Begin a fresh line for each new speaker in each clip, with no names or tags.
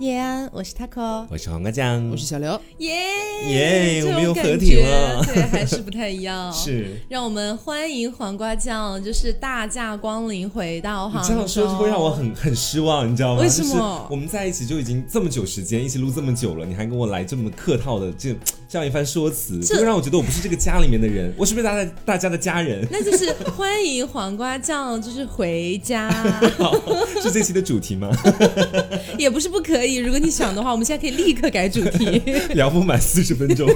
叶安，我是 Taco，
我是黄瓜酱，
我是小刘，
耶
耶
这
我
种
们又
感
合
觉
体了
对，还是不太一样。，
是。
让我们欢迎黄瓜酱，就是大驾光临回到
你
杭
这
州。
样说就会让我很很失望，你知道吗？
为什么
就是我们在一起就已经这么久时间，一起录这么久了，你还跟我来这么客套的这这样一番说辞，
这？
就会让我觉得我不是这个家里面的人，我是不是大家大家的家人
那就是欢迎黄瓜酱，就是回家，
是这期的 主题吗？
也不是不可以。如果你想的话，我们现在可以立刻改主题，
聊不满四十分钟，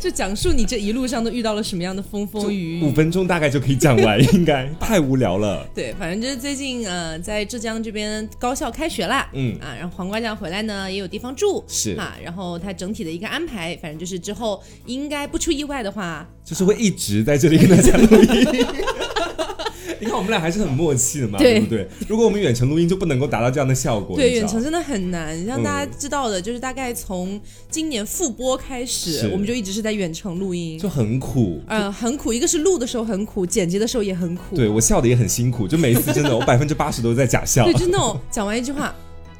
就讲述你这一路上都遇到了什么样的风风雨
五
雨。
分钟大概就可以讲完，应该太无聊了。
对，反正就是最近呃，在浙江这边高校开学啦，
嗯
啊，然后黄瓜酱回来呢也有地方住，
是
啊，然后他整体的一个安排，反正就是之后应该不出意外的话，
就是会一直在这里跟大家录音。 你看我们俩还是很默契的嘛，
对
对不对？如果我们远程录音就不能够达到这样的效果，
对，
你知
远
道
程真的很难。像
嗯
大家知道的，就是大概从今年复播开始
是，
我们就一直是在远程录音
就。很苦。
呃，很苦，一个是录的时候很苦，剪辑的时候也很苦。
对，我笑的也很辛苦，就每一次 真的我百分之八十都是在假笑
对，，就是那种讲完一句话，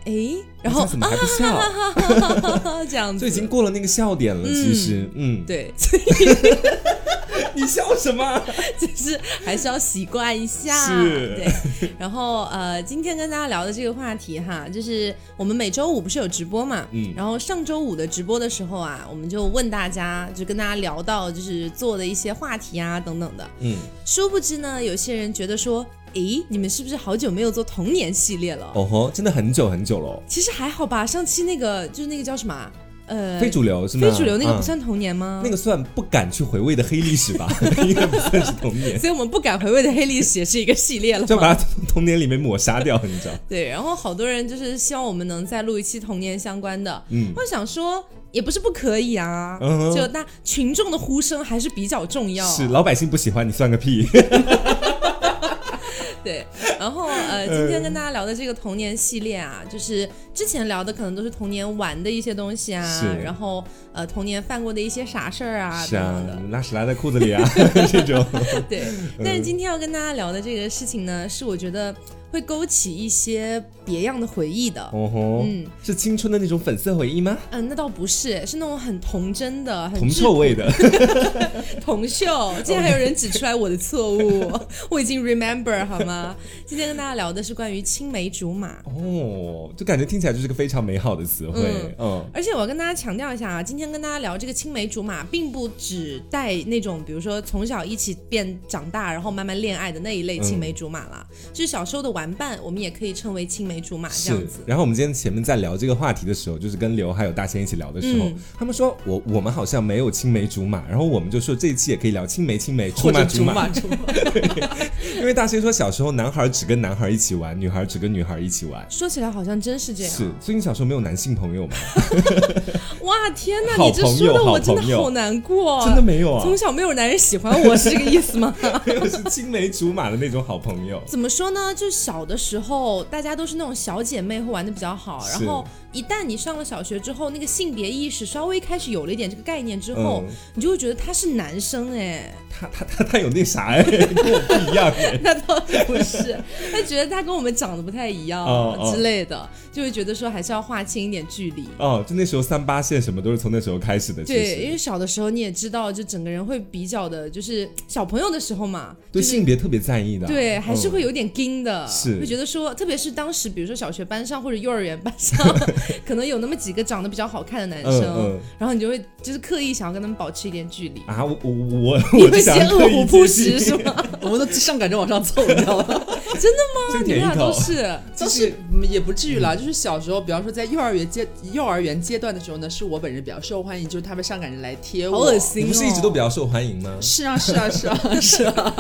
哎，然后
我现在怎么还不笑？
啊这样
就
子，
已经过了那个笑点了，其实，嗯，
对，所以
你笑什么？
就是还是要习惯一下。
是
对。然后呃，今天跟大家聊的这个话题哈，就是我们每周五不是有直播嘛，
嗯
然后上周五的直播的时候啊，我们就问大家，就跟大家聊到就是做的一些话题啊等等的。
嗯，
殊不知呢，有些人觉得说，诶，你们是不是好久没有做童年系列了？
哦吼，真的很久很久了，
其实还好吧，上期那个就是那个叫什么啊，呃，
非主流是吗？
非主流那个不
嗯
算童年吗？
那个算不敢去回味的黑历史 吧，应该不算是童年，
所以我们不敢回味的黑历史也是一个系列了
就
嘛。
把它从童年里面抹杀掉，你知道？
对，然后好多人就是希望我们能再录一期童年相关的，
嗯
我想说也不是不可以啊，
嗯哼
就那群众的呼声还是比较重要，
是老百姓不喜欢你算个 屁。
对。然后呃，今天跟大家聊的这个童年系列啊，
嗯
就是之前聊的可能都是童年玩的一些东西啊
是，
然后呃童年犯过的一些傻事儿啊
是
等
啊
等的，，
拉屎拉在裤子里啊， 这种
对。但
嗯
是今天要跟大家聊的这个事情呢，是我觉得会勾起一些别样的回忆的。
哦吼，
嗯
是青春的那种粉色回忆吗？
嗯，那倒不是，是那种很童真的、很
铜
质
臭味的，
铜
哦
臭，竟然还有人指出来我的错误， 我已经 remember 好吗？今天跟大家聊的是关于青梅竹马，
哦，就感觉听起来就是个非常美好的词汇，嗯，
而且我要跟大家强调一下啊，今天跟大家聊这个青梅竹马，并不只带那种比如说从小一起变长大，然后慢慢恋爱的那一类青梅竹马
嗯
啦，就是小时候的玩伴，我们也可以称为青梅竹马这样
是
子。。
然后我们今天前面在聊这个话题的时候，就是跟刘还有大仙一起聊的时候，
嗯
他们说我我们好像没有青梅竹马，然后我们就说这一期也可以聊青梅青梅竹马竹马，
竹马，
啊
因为大仙说小时候男孩只跟男孩一起玩，女孩只跟女孩一起玩。
说起来好像真是这样。
是，所以你小时候没有男性朋友吗？
哇，天哪！
好
你这
朋
说
友
的我
好
真的
朋友
好难过，
真的没有啊，
哦 从小没有男人喜欢我是这个意思吗？
没有 是青梅竹马的那种好朋友。
怎么说呢？就小的时候，大家都是那种小姐妹会玩的比较好。
是
然后一旦你上了小学之后，那个性别意识稍微开始有了一点这个概念之后，
嗯
你就会觉得他是男生哎，
他他他他有那啥哎，跟我不一样 哎。
那倒不是，他觉得他跟我们长得不太一样
哦哦
之类的，就会觉得说还是要划清一点距离。
哦，就那时候三八线什么都是从那时候开始的，其
对，因
实
为小的时候你也知道，就整个人会比较的，就是小朋友的时候嘛，
对
就是
性别特别在意的，
对，还是
嗯
会有点惊的，
是
会觉得说，特别是当时，比如说小学班上或者幼儿园班上， 可能有那么几个长得比较好看的男生，
嗯嗯
然后你就会就是刻意想要跟他们保持一点距离，
啊，我我 我
你
我就
会
想
先
刻
饿
意
虎
接
扑
近
食 是吗？
我们都上赶着往上凑，你知道 吗？
先
啊你们
舔
俩
一
都
口，
是，
但是嗯也不至于啦，就是小时候，比方说在幼儿园阶幼儿园阶段的时候呢，是我本人比较受欢迎，就是他们上赶着来贴我，
好恶。心、
你
哦，
不是一直都比。较受欢迎吗？嗯
是啊，是啊， 是啊，是啊，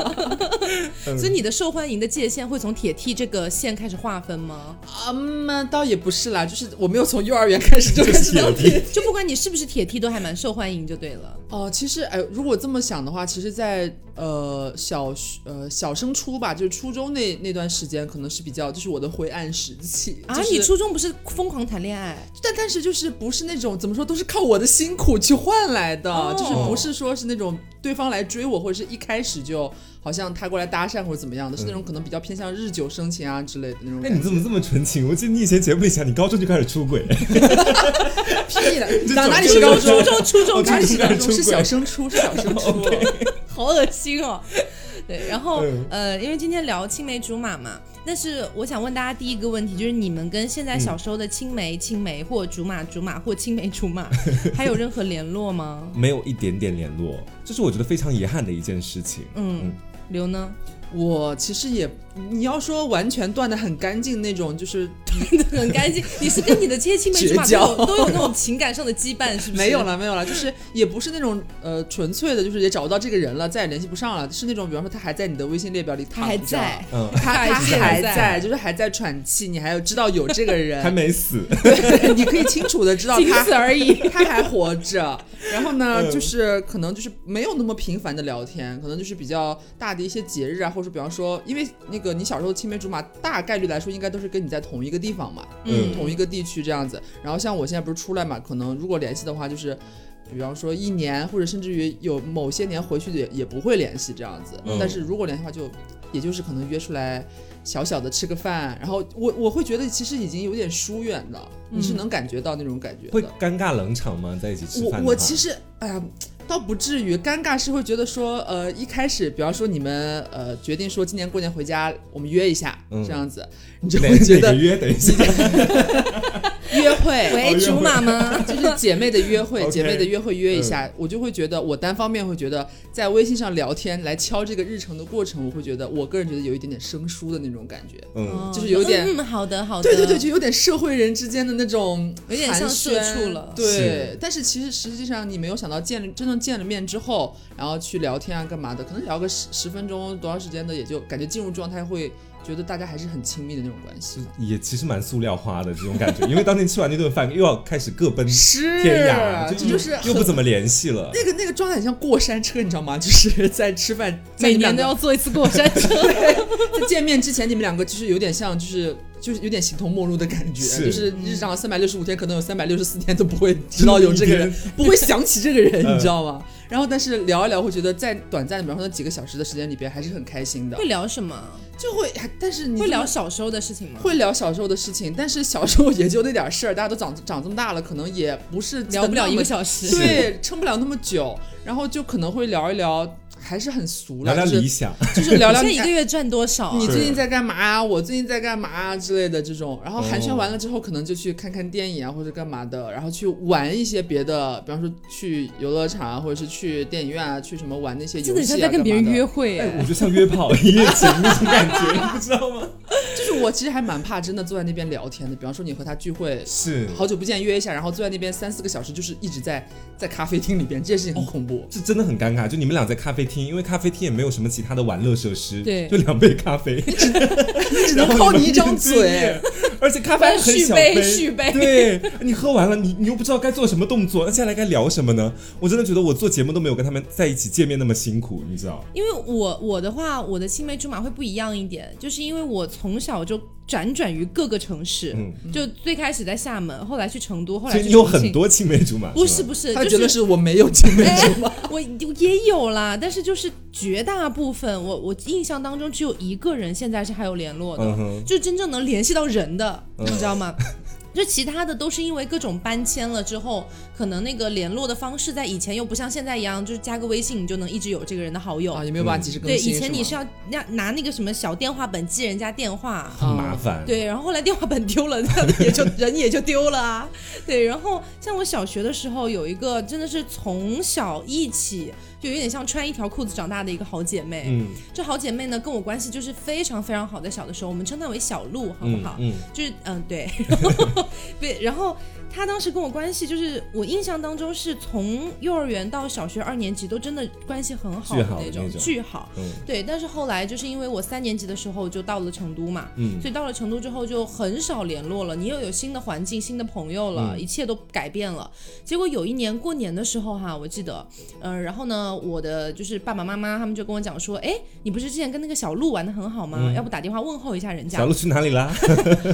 所以你的受欢迎的界限会从铁剃这个线开始划分吗？
嗯，那倒也不是啦，就是我没有从幼儿园开始就开始当
铁
贴
就不管你是不是铁剃，都还蛮受欢迎就对了。
哦，其实哎，如果这么想的话，其实在，呃小学呃小升初吧，就是初中那那段时间，可能是比较就是我的灰暗时期
啊，
就是
你初中不是疯狂谈恋 爱？
但但是就是不是那种怎么说，都是靠我的辛苦去换来的，
哦
就是不是说是那种对方来追我，或者是一开始就好像他过来搭讪或者怎么样的，是那种可能比较偏向日久生情啊之类的那种
嗯哎，
感觉。
你怎么这么纯情？我记得你以前节目里讲，你高中就开始出轨，
屁
这
的，哪哪里
这
是高
这
初？
中
中初
哦
中
初中
哪
开
里
始
是高中？
出
是
轨
小升初，是 小升
哦
初。
好恶心哦。对，然后、
嗯
呃，因为今天聊青梅竹马嘛，但是我想问大家第一个问题，就是你们跟现在
嗯
小时候的青梅、青梅或竹马、竹马或青梅竹马，还有任何联络吗？ 嗯
没有一点点联络，这是我觉得非常遗憾的一件事情。
嗯，刘呢？
我其实也，你要说完全断的很干净那种，就是
很干净，你是跟你的这些青梅竹马都
绝交
有都有那种情感上的羁绊，是不是？
没有。了，没有了，就是也不是那种呃纯粹的，就是也找不到这个人了，再也联系不上了，是那种比方说他还在你的微信列表里
他
躺着，
还在，
嗯，
他
他
他
还
还
在
在，就是还在喘气，你还有知道有这个人，
还没死，
对，你可以清楚的知道
仅
他
此而已。
他还活着。然后呢，
嗯
就是可能就是没有那么频繁的聊天，可能就是比较大的一些节日啊，或者比方说，因为那个你小时候青梅竹马，大概率来说应该都是跟你在同一个地方嘛，
嗯，
同一个地区这样子。然后像我现在不是出来嘛，可能如果联系的话，就是比方说一年，或者甚至于有某些年回去也也不会联系这样子。
嗯
但是如果联系的话就，也就是可能约出来小小的吃个饭，然后我我会觉得其实已经有点疏远了，你是
嗯
能感觉到那种感觉
会
的。
尴尬冷场吗？在一起吃饭的话
我我其实哎呀。倒不至于尴尬，是会觉得说，呃，一开始，比方说你们，呃，决定说今年过年回家，我们约一下，
嗯
这样子，你就
哪
会觉
哪个
得
约？等一下，
约会，嗯
喂，竹马吗？
就是姐妹的约 会，
OK
姐妹的约会约一下，我就会觉得，我单方面会觉得，在微信上聊天来敲这个日程的过程，我会觉得，我个人觉得有一点点生疏的那种感觉。
嗯，
哦
就是有点
嗯，嗯好的好的。
对对对，就有点社会人之间的那种
有点
寒
像
暄
社畜了
对
是，
但是其实实际上你没有想到见真正见了面之后，然后去聊天啊干嘛的，可能聊个十十分钟多长时间的，也就感觉进入状态会觉得大家还是很亲密的那种关系。
也其实蛮塑料化的这种感觉，因为当天吃完那顿饭，又要开始各奔
是
天涯，
这就是
又不
很
怎么联 系了。
那个那个状态很像过山车，你知道吗？ 就是在吃饭，在
每
你们
年
两
都
个
要坐一次过山车。
在见面之前，你们两个就是有点像，就是就是有点形同陌路的感觉，
是
就是
嗯
日常三百六十五天，可能有三百六十四天都不会知道有这个 人，不会想起这个人，
嗯
你知道吗？然后但是聊一聊，会觉得在短暂的，比方说那几个小时的时间里边，还是很开心的
会，聊什么？
就会，还但是你
会聊小时候的事情吗？
会聊小时候的事情，但是小时候也就那点事儿，大家都长长这么大了，可能也不是
聊不了一个
时，
小时。
对，撑不了那么久，然后就可能会聊一聊，还是很俗
聊聊
了，就是
理想，
就是聊聊
这
你
一个月赚多少啊？
你
是
最近在干嘛啊？我最近在干嘛啊？之类的这种，然后寒暄
哦
完了之后，可能就去看看电影啊，或者干嘛的，然后去玩一些别的，比方说去游乐场啊，或者是去电影院啊，去什么玩那些游戏、
真
啊。
的像在跟别人
干嘛
约
的，
会
哎，我
哎，
觉得像约炮一夜情那种感觉， 你不知道吗？
就是我其实还蛮怕真的坐在那边聊天的。比方说你和他聚会，
是，
好久不见约一下，然后坐在那边三四个小时，就是一直在在咖啡厅里边，这件事情很恐
哦
怖。
这真的很尴尬。就你们俩在咖啡厅，因为咖啡厅也没有什么其他的玩乐设施，
对
就两杯咖 啡，
只
然
能
后
靠
们
你一张
对
嘴。
面，而且咖啡还很小
翻续杯续杯
对你喝完了，你你又不知道该做什么动作，那接下来该聊什么呢？我真的觉得我做节目都没有跟他们在一起见面那么辛苦，你知道？
因为我我的话，我的青梅竹马会不一样一点，就是因为我从小就辗转于各个城市，
嗯，
就最开始在厦门，后来去成都，后
所
来
以
去
你有
重庆
很。多青梅竹马，
不
是
是
吧
不是，
他
就
觉得是我没有经历
哎
过，
我也有啦，但是就是绝大部分，我我印象当中只有一个人现在是还有联络的，
嗯哼
就真正能联系到人的，
嗯
你知道吗？ 就其他的都是因为各种搬迁了之后，可能那个联络的方式在以前又不像现在一样，就是加个微信你就能一直有这个人的好友。
啊，也没有办法及时更
对，
新。
以前你
吗
是要拿拿那个什么小电话本记人家电话，
很麻烦，，
对，然后后来电话本丢了，那也就人也就丢了啊。对，然后像我小学的时候有一个真的是从小一起就有点像穿一条裤子长大的一个好姐妹，
嗯，
这好姐妹呢跟我关系就是非常非常好，在小的时候我们称她为小鹿，好不
嗯
好？
嗯，
就是嗯对， 对，然后她当时跟我关系就是我印象当中是从幼儿园到小学二年级都真的关系很好
巨
的
好的
那种，
那种
巨好。
嗯
对，但是后来就是因为我三年级的时候就到了成都嘛，
嗯
所以到了成都之后就很少联络了。你又有新的环境、新的朋友了，
嗯
一切都改变了。结果有一年过年的时候哈，我记得，嗯、然后呢，呢，我的就是爸爸妈妈他们就跟我讲说，哎，你不是之前跟那个小鹿玩的很好吗？要不打电话问候一下人家
嗯小？鹿去哪里啦？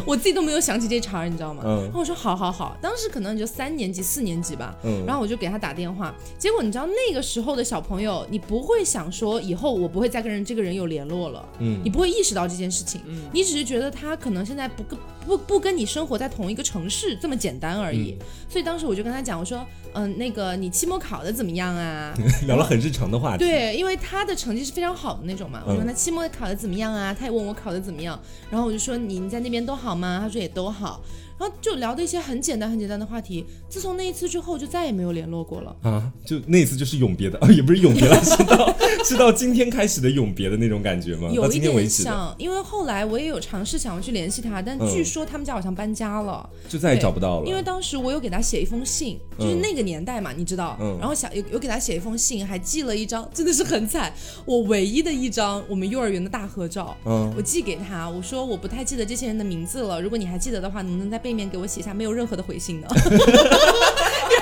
我自己都没有想起这茬儿，你知道吗？
嗯
然后我说好好好，当时可能也就三年级、四年级吧。
嗯，
然后我就给他打电话，结果你知道那个时候的小朋友，你不会想说以后我不会再跟人这个人有联络了，
嗯
你不会意识到这件事情，你只是觉得他可能现在不跟不不跟你生活在同一个城市这么简单而已。
嗯
所以当时我就跟他讲，我说，嗯、那个你期末考的怎么样 啊？
聊了很日常的话题。，
对，因为他的成绩是非常好的那种嘛。
嗯
我问他期末考的怎么样啊？他也问我考的怎么样。然后我就说你你在那边都好吗？他说也都好。然后就聊的一些很简单很简单的话题。自从那一次之后，就再也没有联络过了。
啊，就那次就是永别的，啊，也不是永别了，是到是到今天开始的永别的那种感觉吗？到
有一
今天为
点
止的，
像，因为后来我也有尝试想要去联系他，但
嗯
据说他们家好像搬家了。
就再也找不到了。
因为当时我有给他写一封信，就是那个年代嘛，你知道，
嗯
然后想有有给他写一封信，还寄了一张，真的是很惨，我唯一的一张我们幼儿园的大合照，
嗯
我寄给他，我说我不太记得这些人的名字了，如果你还记得的话，能不能在背面给我写下没有任何的回 信呢？然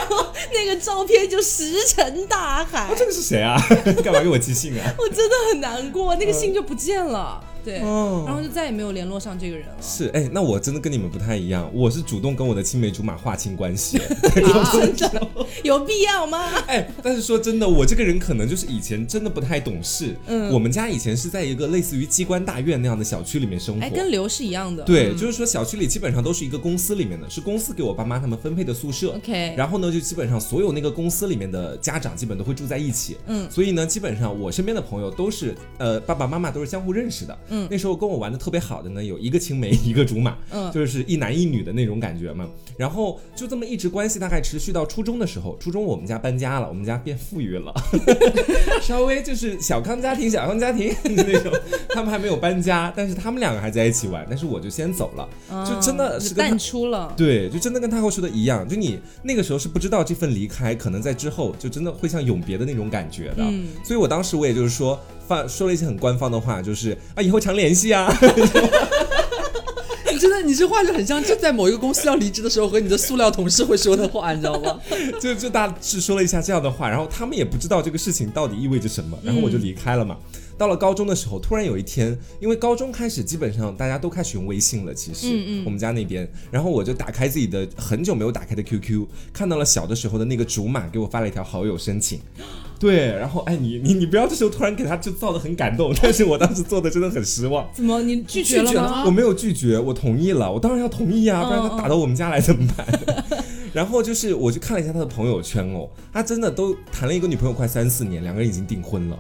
后那个照片就石沉大海
啊，，这个是谁啊？ 干嘛给我寄信啊？
我真的很难过，那个信就不见了，对，
哦
然后就再也没有联络上这个人了。
是哎，那我真的跟你们不太一样，我是主动跟我的青梅竹马划清关
啊
系。
真的有必要吗？
哎，但是说真的，我这个人可能就是以前真的不太懂事。
嗯
我们家以前是在一个类似于机关大院那样的小区里面生活。
哎，跟刘是一样的。嗯
对，就是说小区里基本上都是一个公司里面的，是公司给我爸妈他们分配的宿舍。
，OK，
然后呢，就基本上所有那个公司里面的家长基本都会住在一起，
嗯
所以呢，基本上我身边的朋友都是呃爸爸妈妈都是相互认识的，
嗯
那时候跟我玩的特别好的呢，有一个青梅一个竹马，
嗯
就是一男一女的那种感觉嘛。然后就这么一直关系大概持续到初中的时候，初中我们家搬家了，我们家变富裕了，稍微就是小康家庭，小康家庭 的那种，他们还没有搬家，但是他们两个还在一起玩，但是我就先走了，
啊
就真的是跟他
淡出了。
对，就真的跟太后说的一样，就你那个时候是不知道这份离开，可能在之后就真的会像永别的那种感觉的。
嗯
所以我当时我也就是说放说了一些很官方的话，就是啊以后常联系啊。
你真的，你这话就很像就在某一个公司要离职的时候和你的塑料同事会说的话，你知道吗？
就就大致说了一下这样的话，然后他们也不知道这个事情到底意味着什么，然后我就
嗯
离开了嘛。到了高中的时候，突然有一天，因为高中开始基本上大家都开始用微信了，其实，
嗯嗯
我们家那边，然后我就打开自己的很久没有打开的 QQ，看到了小的时候的那个竹马给我发了一条好友申请。对，然后哎，你你你不要这时候突然给他就造的很感动，但是我当时做的真的很失望。
怎么你拒
绝
绝
了
了
吗
吗？
我没有拒绝，我同意了，我当然要同意啊，不然他打到我们家来怎么办？ 然后就是，我去看了一下他的朋友圈哦，他真的都谈了一个女朋友快三四年，两个人已经订婚了。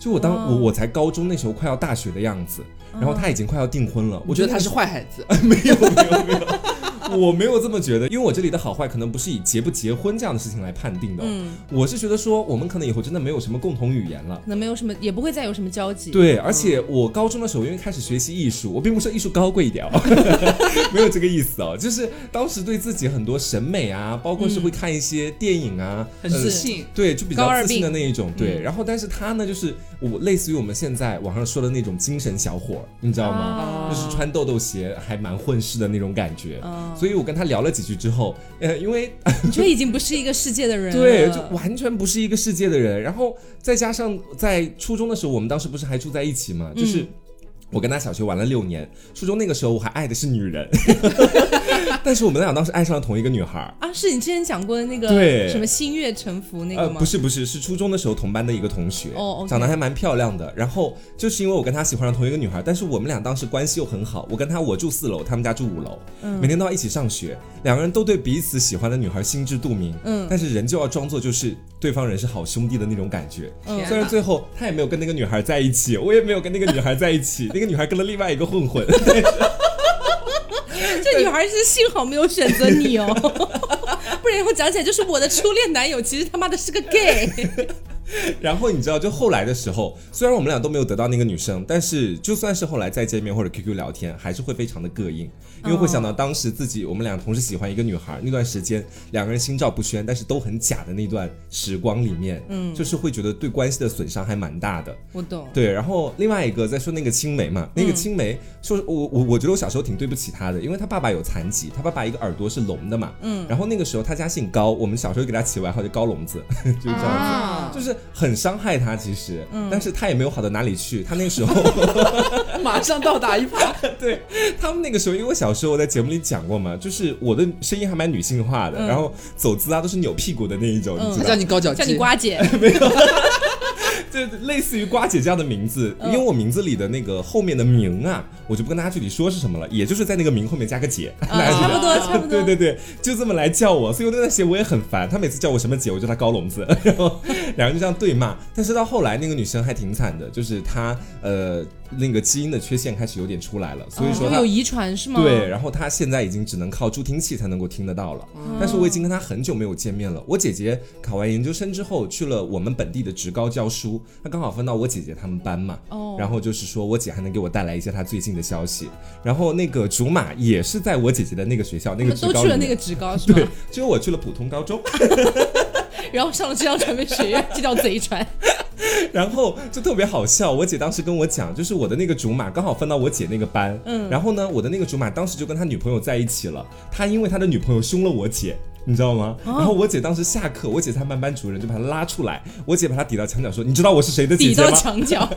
就我当、
哦
我我才高中那时候快要大学的样子，然后他已经快要订婚了，
我
我
觉
觉
得
得
他是坏孩子，
嗯
没有没有没有，我没有这么觉得，因为我这里的好坏可能不是以结不结婚这样的事情来判定的哦，
嗯
我是觉得说我们可能以后真的没有什么共同语言了。
可能没有什么，也不会再有什么交集。，
对，而且我高中的时候因为开始学习艺术，我并不是艺术高贵一点哦，没有这个意思哦，就是当时对自己很多审美啊，包括是会看一些电影啊，
很
呃
自信。
对，就比
高
较
二
自信的
病
那一种，对。然后，但是他呢，就是我类似于我们现在网上说的那种精神小伙儿，你知道吗？
啊
就是穿豆豆鞋，还蛮混世的那种感觉。
啊
所以我跟他聊了几句之后，呃，因为
嗯你就已经不是一个世界的人了。
对，就完全不是一个世界的人。然后再加上在初中的时候，我们当时不是还住在一起
嗯
嘛，就是。我跟他小学玩了六年，初中那个时候我还爱的是女人， 但是我们俩当时爱上了同一个女孩儿，
啊，是你之前讲过的那个
对
什么星月沉浮那
呃，
个吗？
不是不是，是初中的时候同班的一个同学，
哦，OK
长得还蛮漂亮的。然后就是因为我跟他喜欢上同一个女孩，但是我们俩当时关系又很好，我跟他我住四楼，他们家住五楼，
嗯
每天都要一起上学，两个人都对彼此喜欢的女孩心知肚明，
嗯
但是人就要装作就是对方人是好兄弟的那种感觉。
嗯
天
虽然
哪
最后他也没有跟那个女孩在一起，我也没有跟那个女孩在一起，那个女孩跟了另外一个混混。
这女孩是幸好没有选择你 哦，不然以后讲起来就是我的初恋男友，其实他妈的是个 gay。
然后你知道，就后来的时候，虽然我们俩都没有得到那个女生，但是就算是后来再见面或者 QQ 聊天，还是会非常的膈应，因为会想到当时自己我们俩同时喜欢一个女孩那段时间，两个人心照不宣，但是都很假的那段时光里面，嗯，就是会觉得对关系的损伤还蛮大的。
我懂，
对，然后另外一个再说那个青梅嘛，那个青梅，说我我我觉得我小时候挺对不起他的，因为他爸爸有残疾，他爸爸一个耳朵是 聋的嘛，嗯，然后那个时候他家姓高，我们小时候给他起外号叫高聋子，就是这样子。
啊
就是就是很伤害他，其实，但是他也没有好到哪里去。他那个时候，
马上倒打一耙。
对他们那个时候，因为我小时候我在节目里讲过嘛，就是我的声音还蛮女性化的，然后走姿啊都是扭屁股的那一种，
嗯
你知
他叫
道。
你高脚
叫你
鸡，
瓜姐，
就类似于瓜姐这样的名字，因为我名字里的那个后面的名啊，我就不跟大家具体说是什么了，也就是在那个名后面加个姐，大家知
啊差
道
不多差不多。
对 对对，就这么来叫我，所以我那段时间我也很烦，他每次叫我什么姐，我就他高笼子， 然后两人就这样对骂。但是到后来，那个女生还挺惨的，就是她呃那个基因的缺陷开始有点出来了，所以说
哦
她、
有遗传是吗？
对，，然后她现在已经只能靠助听器才能够听得到了。
嗯
但是我已经跟她很久没有见面了。我姐姐考完研究生之后去了我们本地的职高教书，她刚好分到我姐姐他们班嘛。
哦，
然后就是说我姐还能给我带来一些她最近的消息，然后那个竹马也是在我姐姐的那个学校，那
他
个
们
职
都
高
去
里
了那
面
个职高是
对
吗？，
只有我去了普通高中，
然后上了浙江传媒学院，这叫贼传。
然后就特别好笑。我姐当时跟我讲，就是我的那个竹马刚好分到我姐那个班，嗯，然后呢，我的那个竹马当时就跟他女朋友在一起了，他因为他的女朋友凶了我姐。你知道吗？
哦
然后我姐当时下课，我姐她们班主任就把她拉出来，我姐把她抵到墙角说：“你知道我是谁的姐
抵
姐
到
吗？”
墙角，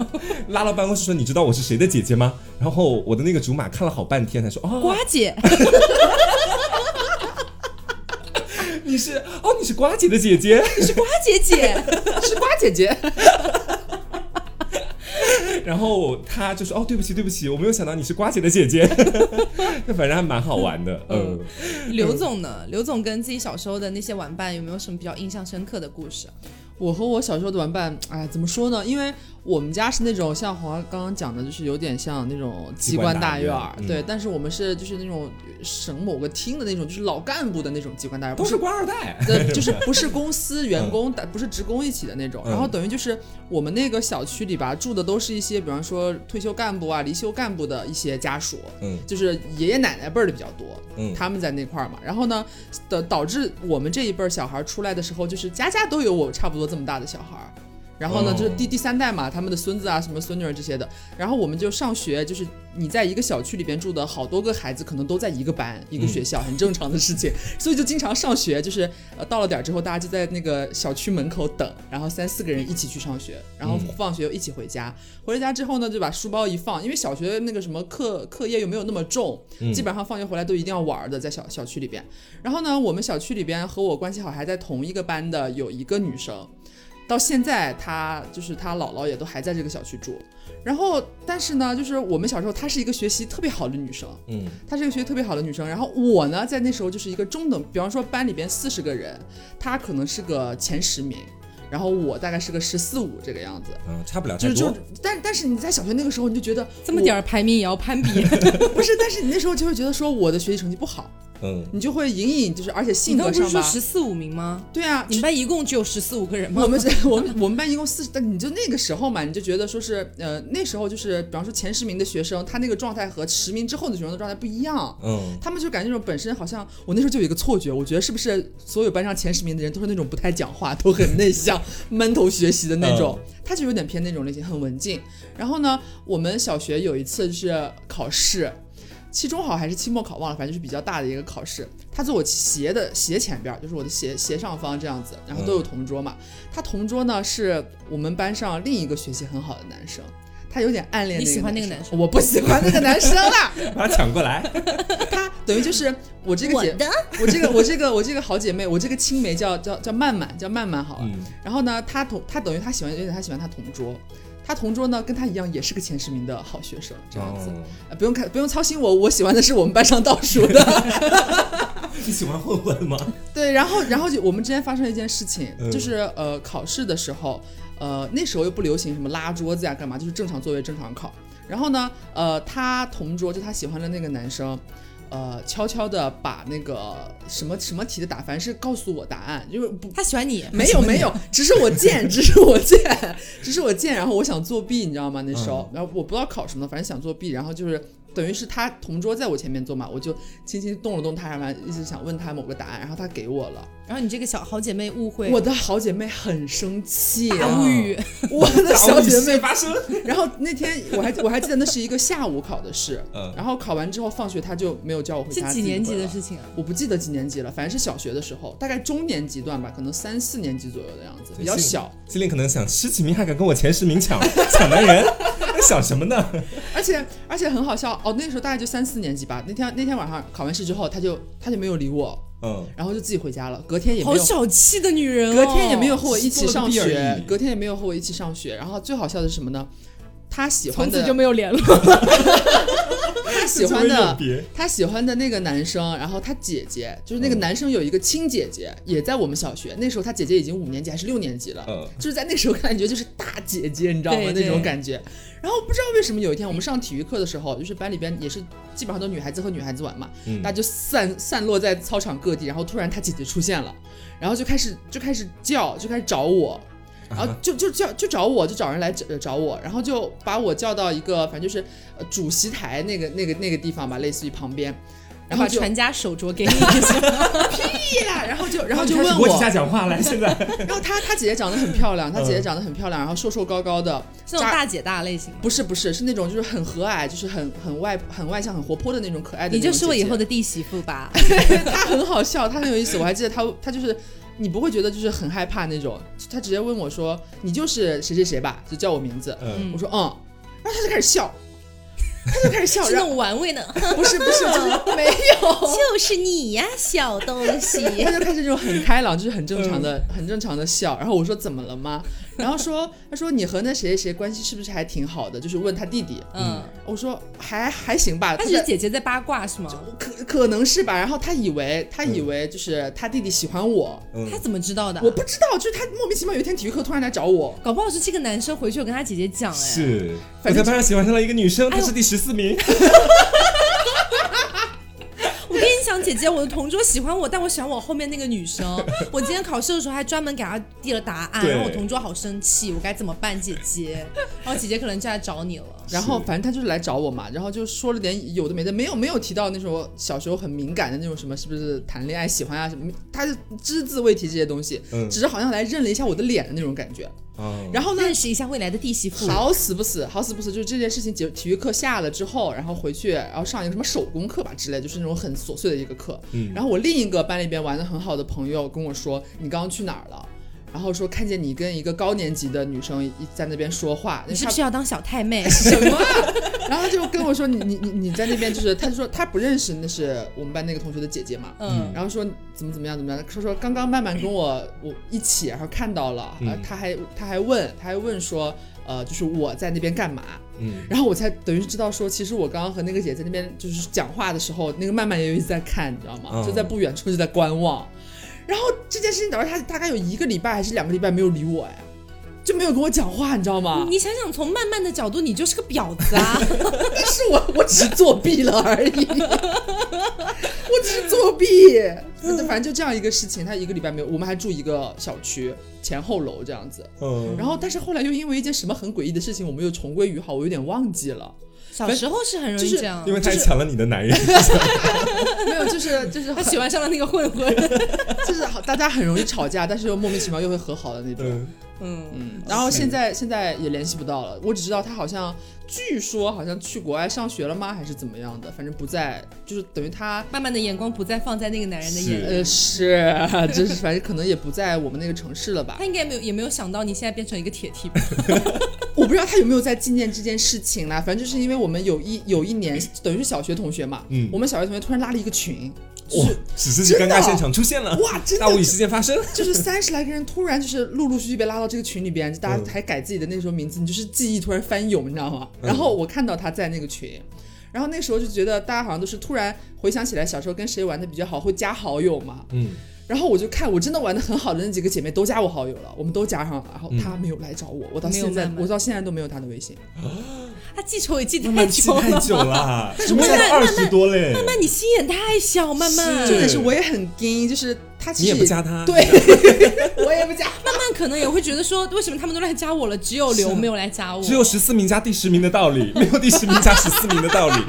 拉到办公室说：“你知道我是谁的姐姐吗？”然后我的那个竹马看了好半天，才说：“哦，
瓜姐，
你是哦，你是瓜姐的姐 姐。”
是瓜姐姐，
是瓜姐姐。
然后他就说：“哦，对不起，对不起，我没有想到你是瓜姐的姐姐。” 那反正还蛮好玩的，嗯。
刘总呢？刘总跟自己小时候的那些玩伴有没有什么比较印象深刻的故事？啊
我和我小时候的玩伴，哎，怎么说呢？因为我们家是那种像黄刚刚讲的，就是有点像那种
机
机
关
关
大
大
院
院儿，
嗯
对。但是我们是就是那种省某个厅的那种，就是老干部的那种机关大院，不
都
是
是官二代，
呃， 就是不是公司员工，但不是职工一起的那种。
嗯
然后等于就是我们那个小区里吧，住的都是一些，比方说退休干部啊、离休干部的一些家属，
嗯
就是爷爷奶奶辈儿的比较多，
嗯
他们在那块儿嘛。然后呢，导导致我们这一辈儿小孩儿出来的时候，就是家家都有我差不多这么大的小孩儿。然后呢，
哦
就是第第三代嘛，他们的孙子啊，什么孙女儿这些的。然后我们就上学，就是你在一个小区里边住的好多个孩子，可能都在一个班、一个学校，很正常的事情。所以就经常上学，就是呃到了点儿之后，大家就在那个小区门口等，然后三四个人一起去上学，然后放学又一起回家。回了家之后呢，就把书包一放，因为小学那个什么课课业又没有那么重，基本上放学回来都一定要玩儿的，在小小区里边。然后呢，我们小区里边和我关系好还在同一个班的有一个女生。到现在，她就是她姥姥也都还在这个小区住，然后但是呢，就是我们小时候她是一个学习特别好的女生，
嗯，
她是一个学习特别好的女生，然后我呢，在那时候就是一个中等，比方说班里边四十个人，她可能是个前十名，然后我大概是个十四五这个样子，
啊，差不了
就
太
是就
多
是，，但但是你在小学那个时候，你就觉得嗯
这么点
儿
儿排名也要攀 比，
不是，但是你那时候就会觉得说我的学习成绩不好，
嗯，
你就会隐隐就是，而且
你
性
刚
格
不是
上
说
吧，
十四五名吗？
对啊，
你们班一共只有十四五个人吗？
我们 我们我们班一共四十，但你就那个时候嘛，你就觉得说是呃那时候就是，比方说前十名的学生，他那个状态和十名之后的学生的状态不一样。
嗯，
他们就感觉那种本身好像，我那时候就有一个错觉，我觉得是不是所有班上前十名的人都是那种不太讲话、都很 内向、闷头学习的那种，
嗯
他就有点偏那种类型，很文静。然后呢，我们小学有一次就是考试，期中考还是期末考忘了，反正就是比较大的一个考试。他坐我斜的斜前边儿，就是我的斜斜上方这样子，然后都有同桌嘛。
嗯
他同桌呢是我们班上另一个学习很好的男生，他有点暗恋
你喜欢那个
男
男
生，我不喜欢那个男生啦。
把他抢过来，
她等于就是我这个姐， 我这个我这个我这个好姐妹，我这个青梅叫叫叫曼曼，叫曼曼好了。
嗯
然后呢，她同她等于她喜欢，有点她喜欢她同桌，她同桌呢跟她一样也是个前十名的好学生，这样子、
哦
呃不用看不用操心我，我喜欢的是我们班上倒数的。
你喜欢混混吗？
对，然后然后就我们之间发生了一件事情，
嗯
就是呃考试的时候，呃那时候又不流行什么拉桌子呀、干嘛，就是正常座位正常考。然后呢，呃他同桌就他喜欢的那个男生。呃，悄悄的把那个什么什么题的答，反正是告诉我答案，就是不
他喜欢你，
没有没有，只是我贱，只是我贱，只是我贱。然后我想作弊，你知道吗？那时候，然后我不知道考什么，反正想作弊，然后就是等于是他同桌在我前面坐嘛，我就轻轻动了动他，然后一直想问他某个答案，然后他给我了。
然后你这个小好姐妹误会
我的好姐妹很生气、
大
啊，
无语，
我的小姐妹
发生，
然后那天我还我还记得那是一个下午考的试，
嗯
然后考完之后放学他就没有叫我回
是
家。
几年级的
事？
事情啊？
我不记得几年级了，反正是小学的时候，大概中年级段吧，可能三四年级左右的样子，比较小。
心里可能想，吃起名还敢跟我前十名抢抢男人， 在想什么呢？
而且而且很好笑哦，那个时候大概就三四年级吧。那天那天晚上考完试之后，他就他就没有理我，
嗯，
然后就自己回家了。隔天也没
好
有
小气的女人、哦，
隔天也没有和我一起上
做了个 B 而
学
已，
隔天也没有和我一起上学。然后最好笑的是什么呢？他喜欢
从
的
此就没有联络。
他喜欢
这就会
的
用别
他喜欢的那个男生，然后他姐姐就是那个男生有一个亲姐姐，也在我们小学。那时候他姐姐已经五年级还是六年级了，
嗯
就是在那时候感觉就是大姐姐，你知道吗
对？对
那种感觉。然后不知道为什么有一天我们上体育课的时候，就是班里边也是基本上都女孩子和女孩子玩嘛，
嗯
大家就散散落在操场各地。然后突然他姐姐出现了，然后就开始就开始叫，就开始找我。然后就就叫就找我，就找人来找找我，然后就把我叫到一个反正就是呃主席台那个那个那个地方吧，类似于旁边，然
然
后
后
就
传家手镯给 你一下，
呀，然后就然后就
开
问
始
我
国，下讲话来，现在
然后她她姐姐长得很漂亮，她姐姐长得很漂亮，然后瘦瘦高高的，
这种大姐大类型。
不是不是是那种就是很和蔼，就是很很外很外向很活泼的那种可爱的
你
那种姐姐。
就是我以后 的弟媳妇吧？
他很好笑，他很有意思。我还记得他，他就是你不会觉得就是很害怕那种。他直接问我说：“你就是谁谁谁吧？”就叫我名字。
嗯
我说：“嗯。”然后他就开始笑，他就开始 笑。
是那
然后
种玩味呢，
不是不是，就是 没有。
就是你呀，小东西。
他就开始那种很开朗，就是很正常
嗯
的、很正常的笑。然后我说怎么了吗？然后说他说你和那谁谁谁关系是不是还挺好的？就是问他弟弟。
嗯，
我说还还行吧。
她
他
只
在
是姐姐在八卦是吗？
可可能是吧。然后他以为他以为就是他弟弟喜欢我，
嗯
她怎么知道的啊？
我不知道，就是他莫名其妙有一天体育课突然来找我，
搞不好是这个男生回去有跟他姐姐讲哎，
是我
反
在
正
班上喜欢上了一个女生，她
哎
是第十四 名，
我跟你讲，姐姐，我的同桌喜欢我，但我喜欢我后面那个女生。 我今天考试的时候还专门给她递了答案，
对
然后我同桌好生气，我该怎么办，姐姐？然后姐姐可能就来找你了。
然后
是
反正他就是来找我嘛，然后就说了点有的没的，没有没有提到那时候小时候很敏感的那种什么是不是谈恋爱喜欢啊什么，他就只字未提这些东西，
嗯
只是好像来认了一下我的脸的那种感觉。
嗯，
然后呢，
认识一下未来的弟媳妇，
好死不死，好死不死，就是这件事情结体育课下了之后，然后回去，然后上一个什么手工课吧之类，就是那种很琐碎的一个课。
嗯
然后我另一个班里边玩的很好的朋友跟我说，你刚刚去哪儿了？然后说看见你跟一个高年级的女生一在那边说话，
你是
差
不是要当小太妹？
什么啊？然后他就跟我说你你你你在那边就是，他就说他不认识那是我们班那个同学的姐姐嘛，
嗯，
然后说怎么怎么样怎么样，说说刚刚曼曼跟我我一起，然后看到了，
嗯
呃，他还他还问他还问说，呃，就是我在那边干嘛？
嗯
然后我才等于是知道说，其实我刚刚和那个姐在那边就是讲话的时候，那个曼曼也有一直在看，你知道吗？
嗯
就在不远处就在观望。然后这件事情导致他大概有一个礼拜还是两个礼拜没有理我哎，就没有跟我讲话，你知道吗？
你想想，从慢慢的角度，你就是个婊子 啊！
但是我我只是作弊了而已， 我只是作弊。反正就这样一个事情，他一个礼拜没有，我们还住一个小区前后楼这样子。
嗯，
然后，但是后来又因为一件什么很诡异的事情，我们又重归于好，我有点忘记了。
小时候是很容易
就是
这样
因，为她还抢了你的男人，
没有，就是就是
他
很
喜欢上了那个混混。
就是好，大家很容易吵架，但是又莫名其妙又会和好的那种。
嗯，
嗯，
嗯，然后现在现在也联系不到了，我只知道他好像，据说好像去国外上学了吗，还是怎么样的，反正不在，就是等于他
慢慢的眼光不再放在那个男人的眼里，
呃，是， 就是反正可能也不在我们那个城市了吧
他。应该没有也没有想到你现在变成一个铁 梯吧？
我不知道他有没有在纪念这件事情啦，反正就是因为我们有一有一年，等于是小学同学嘛，
嗯
我们小学同学突然拉了一个群，就
哇
是，
史诗级尴尬
真的
现场出现了，
哇，真
大无语
的
事件发生，
就是三十来个人突然就是陆陆续续被拉到这个群里边，就大
嗯
家还改自己的那时候名字，你就是记忆突然翻涌，你知道吗？
嗯
然后我看到他在那个群。然后那时候就觉得大家好像都是突然回想起来小时候跟谁玩的比较好，会加好友嘛。
嗯，
然后我就看我真的玩的很好的那几个姐妹都加我好友了，我们都加上了，然后
嗯
她没有来找我，我到
没有
现在
慢慢
我到现在都没有她的微信。
他记仇也记
慢
太
慢记
久
太
了。
久啦，
但是
什么
我
时候
现在
二十多嘞，慢
那你心眼太小，慢慢
是
重点是我也很跟，就是她其
你
实
也不加她，
对，我也不加，
慢慢可能也会觉得说，为什么他们都来加我了，只有刘没有来加我？
只有十四名加第十名的道理，没有第十名加十四名的道理。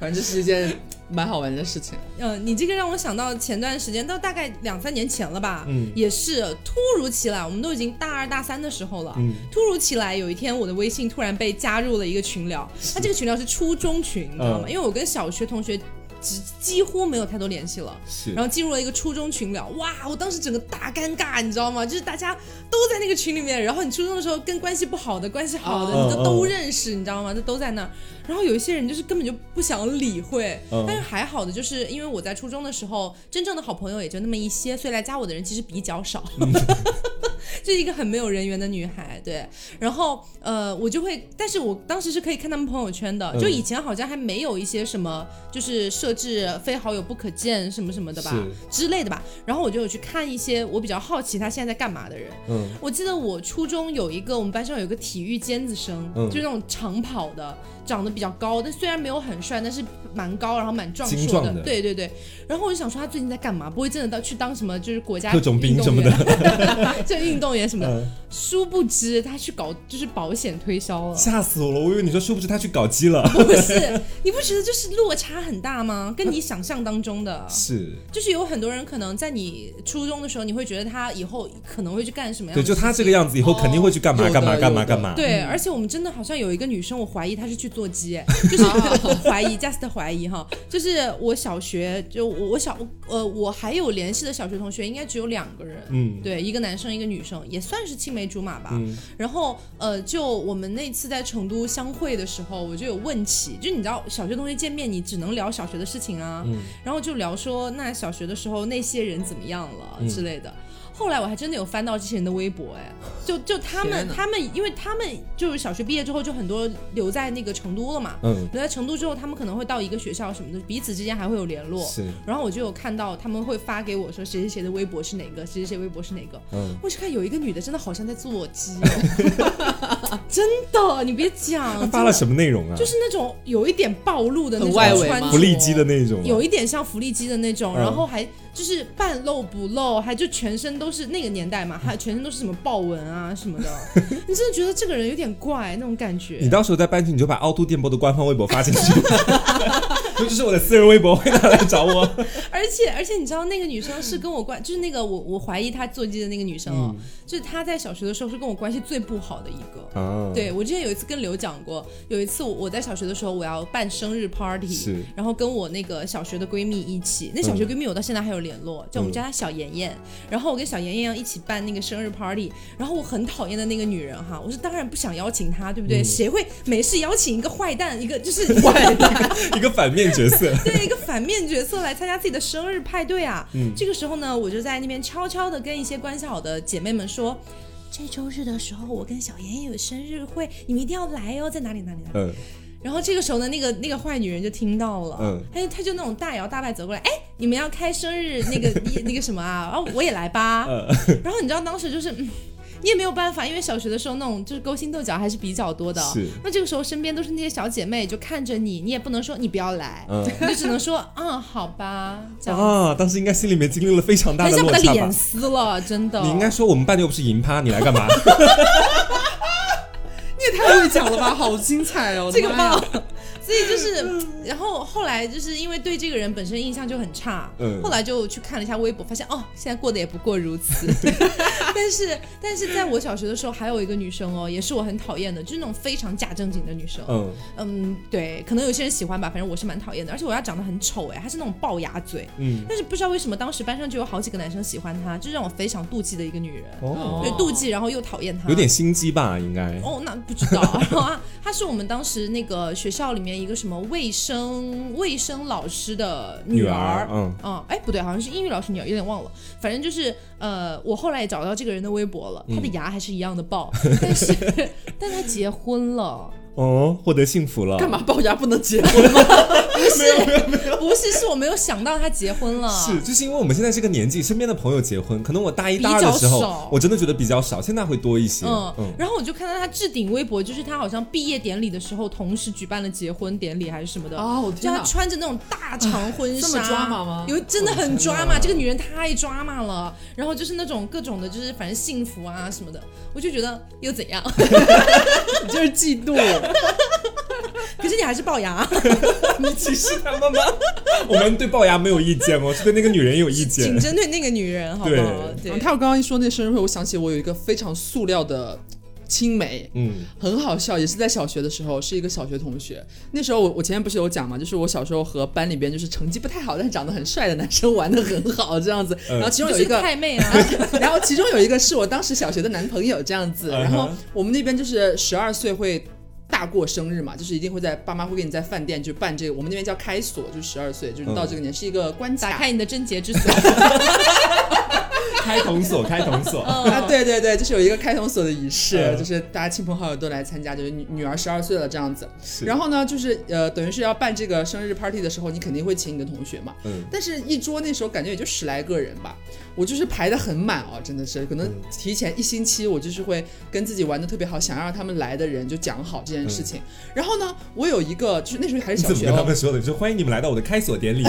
正这是一件蛮好玩的事情。
呃，你这个让我想到前段时间，到大概两三年前了吧，
嗯
也是突如其来，我们都已经大二大三的时候了，
嗯
突如其来有一天我的微信突然被加入了一个群聊，那这个群聊是初中群，你知道吗？
嗯
因为我跟小学同学只几乎没有太多联系了。
是
然后进入了一个初中群聊，哇！我当时整个大尴尬，你知道吗？就是大家都在那个群里面，然后你初中的时候跟关系不好的、关系好的，
嗯
哦
你都都认识，你知道吗？就都在那儿。然后有一些人就是根本就不想理会，
嗯
但是还好的，就是因为我在初中的时候，真正的好朋友也就那么一些，所以来加我的人其实比较 少。
嗯
就是一个很没有人缘的女孩，对。然后呃，我就会，但是我当时是可以看他们朋友圈的，
嗯
就以前好像还没有一些什么，就是设置非好友不可见什么什么的吧
是
之类的吧。然后我就有去看一些我比较好奇他现在在干嘛的人。
嗯
我记得我初中有一个，我们班上有一个体育尖子生，
嗯
就是那种长跑的，长得比较高，但虽然没有很帅，但是蛮高，然后蛮壮
精
硕
壮的
对对对。然后我就想说，他最近在干嘛？不会真的到去当什么就是国家
特种兵
运动
什么的
员 就运动员什么的。
嗯，
殊不知他去搞就是保险推销了。
吓死我了！我以为你说殊不知他去搞 基了，
不是，你不觉得就是落差很大吗？跟你想象当中 的，
是
就是有很多人可能在你初中的时候，你会觉得他以后可能会去干什么样的
对，
事
就
情？
他这个样嗯子，以后肯定会去干嘛
哦
干嘛
有的
干嘛
有的
干嘛。
对，而且我们真的好像有一个女生，我怀疑她是去做鸡，哎 就是我
哦
怀疑，just 怀疑哈，就是我小学就我我小呃我还有联系的小学同学应该只有两个人，
嗯
对，一个男生一个女生，也算是青梅竹马吧。
嗯
然后呃，就我们那次在成都相会的时候，我就有问起，就你知道小学同学见面，你只能聊小学的事情啊，
嗯
然后就聊说那小学的时候那些人怎么样了、
嗯
之类的。后来我还真的有翻到这些人的微博，哎，就就他们
天哪
他们，因为他们就是小学毕业之后就很多留在那个成都了嘛，
嗯，
留在成都之后，他们可能会到一个学校什么的，彼此之间还会有联络。
是
然后我就有看到他们会发给我说谁谁谁的微博是哪个，谁谁谁微博是哪个。
嗯，
我去看有一个女的真的好像在做鸡、哦， 真的，你别
他
讲，
发了
真
什么内容啊？
的就是那种有一点暴露的那种
很外围
穿
吗
着
不利基的那种啊，
有一点像福利机的那种，
嗯
然后还就是半露不露，还就全身都是那个年代嘛，还全身都是什么豹纹啊什么的，你真的觉得这个人有点怪那种感
你
觉。
到时候在班级，你就把凹凸电波的官方微博 发进去。这就是我的私人微博，会拿来找我。
而且而且你知道那个女生是跟我关， 就是那个我我怀疑她坐机的那个女生哦，就是她在小学的时候是跟我关系最不好的一个。
啊，
对，我之前有一次跟刘讲过，有一次我我在小学的时候，我要办生日 party，
是
然后跟我那个小学的闺蜜一起，那小学闺蜜我到现在还有联络，叫我们叫她小妍妍。然后我跟小妍妍要一起办那个生日 party，然后我很讨厌的那个女人哈，我是当然不想邀请她，对不对？谁会没事邀请一个坏蛋，一个就是 坏蛋，
一个反面角色。
对一个反面角色来参加自己的生日派对啊？
嗯
这个时候呢，我就在那边悄悄的跟一些关系好的姐妹们说。这周日的时候，我跟小妍妍有生日会，你们一定要来哦，在哪里哪里哪里。
嗯，
然后这个时候呢，那个那个坏女人就听到了，
嗯
哎，她就那种大摇大摆走过来，哎，你们要开生日那个一那个什么啊，然后我也来吧。 然后你知道当时就是，嗯，你也没有办法，因为小学的时候那种就是勾心斗角还是比较多的。
是
那这个时候身边都是那些小姐妹，就看着你，你也不能说你不要来，
嗯
你就只能说嗯好吧，这样。
啊，当时应该心里面经历了非常大
很
的
想
落
把她
差吧
脸？撕了，真的。
你应该说我们班又不是银趴，你来 干嘛？
你也太会讲了吧， 好精彩哦！
这个
妈呀
爆， 所以就是，然后后来就是因为对这个人本身印象就很差，
嗯
后来就去看了一下微博，发现哦，现在过得也不过如 此。 但是，但是在我小学的时候，还有一个女生哦，也是我很讨厌的，就是那种非常假正经的女生。
嗯，
嗯，对，可能有些人喜欢吧，反正我是蛮讨厌的。而且我要长得很丑哎，她是那种龅牙嘴，
嗯，
但是不知道为什么当时班上就有好几个男生喜欢她，就让我非常妒忌的一个女人。
哦，
对，妒忌，然后又讨厌她，
有点心机吧，应该。
哦，那不知道。然 后啊，她是我们当时那个学校里面一个什么卫生卫生老师的女
女
儿
儿，。嗯，
嗯，哎，不对，好像是英语老师女儿，有点忘了。反正就是，呃，我后来也找到这个人的微博
嗯
了，她的牙还是一样的龅，但是，但她结婚 了，
哦，获得幸福了。
干？嘛龅牙不能结婚吗？
不是，啊不是，是我没有想到她结婚了，
是，就是因为我们现在这个年纪，身边的朋友结婚，可能我大一、大二
比
的
较
时候
少，
我真的觉得比较少，现在会多一些。
嗯，
嗯，
然后我就看到她置顶微博，就是她好像毕业典礼的时候，同时举办了结婚典礼还是什么的，
哦，我
就
天
她
哪！
穿着那种大长婚纱，
这么 drama 吗哦
有真的很
我的天
drama，
哪
这个女人太 drama 了。然后就是那种各种的，就是反正幸福啊什 么的，我就觉得又怎样？
你就是嫉妒，
可是是你还是龅牙，
你歧视他们吗？ 我们对龅牙没有意见哦，是对那个女人有意见
仅。针对那个女人，好不好？对
然后，嗯他我刚刚一说那生日会，我想起我有一个非常塑料的青梅，
嗯
很好笑，也是在小学的时候，是一个小学同学。那时候我我前面不是有讲嘛，就是我小时候和班里边就是成绩不太好，但是长得很帅的男生玩的很好这样子。
嗯
然后其中
就
有一
是
个，
太妹啊，
然后其中有一个是我当时小学的男朋友这样子。
嗯哼
然后我们那边就是十二岁会。大过生日嘛，就是一定会在爸妈会给你在饭店就办这个，我们那边叫开锁，就是十二岁，就是你到这个年是一个关
打
卡，
开你的贞洁之锁。
开童锁，开童锁。
嗯
啊，对对对，就是有一个开童锁的仪式，
嗯
就是大家亲朋好友都来参加，就是女女儿十二岁了这样子。
是
然后呢，就是呃，等于是要办这个生日 party 的时候，你肯定会请你的同学嘛。
嗯
但是，一桌那时候感觉也就十来个人吧，我就是排的很满哦，真的是，可能提前一星期，我就是会跟自己玩的特别好，想让他们来的人就讲好这件事情。然后呢，我有一个，就是那时候还
你
是小
怎么
学
跟他
哦，
们说的？你说欢迎你们来到我的开锁典礼。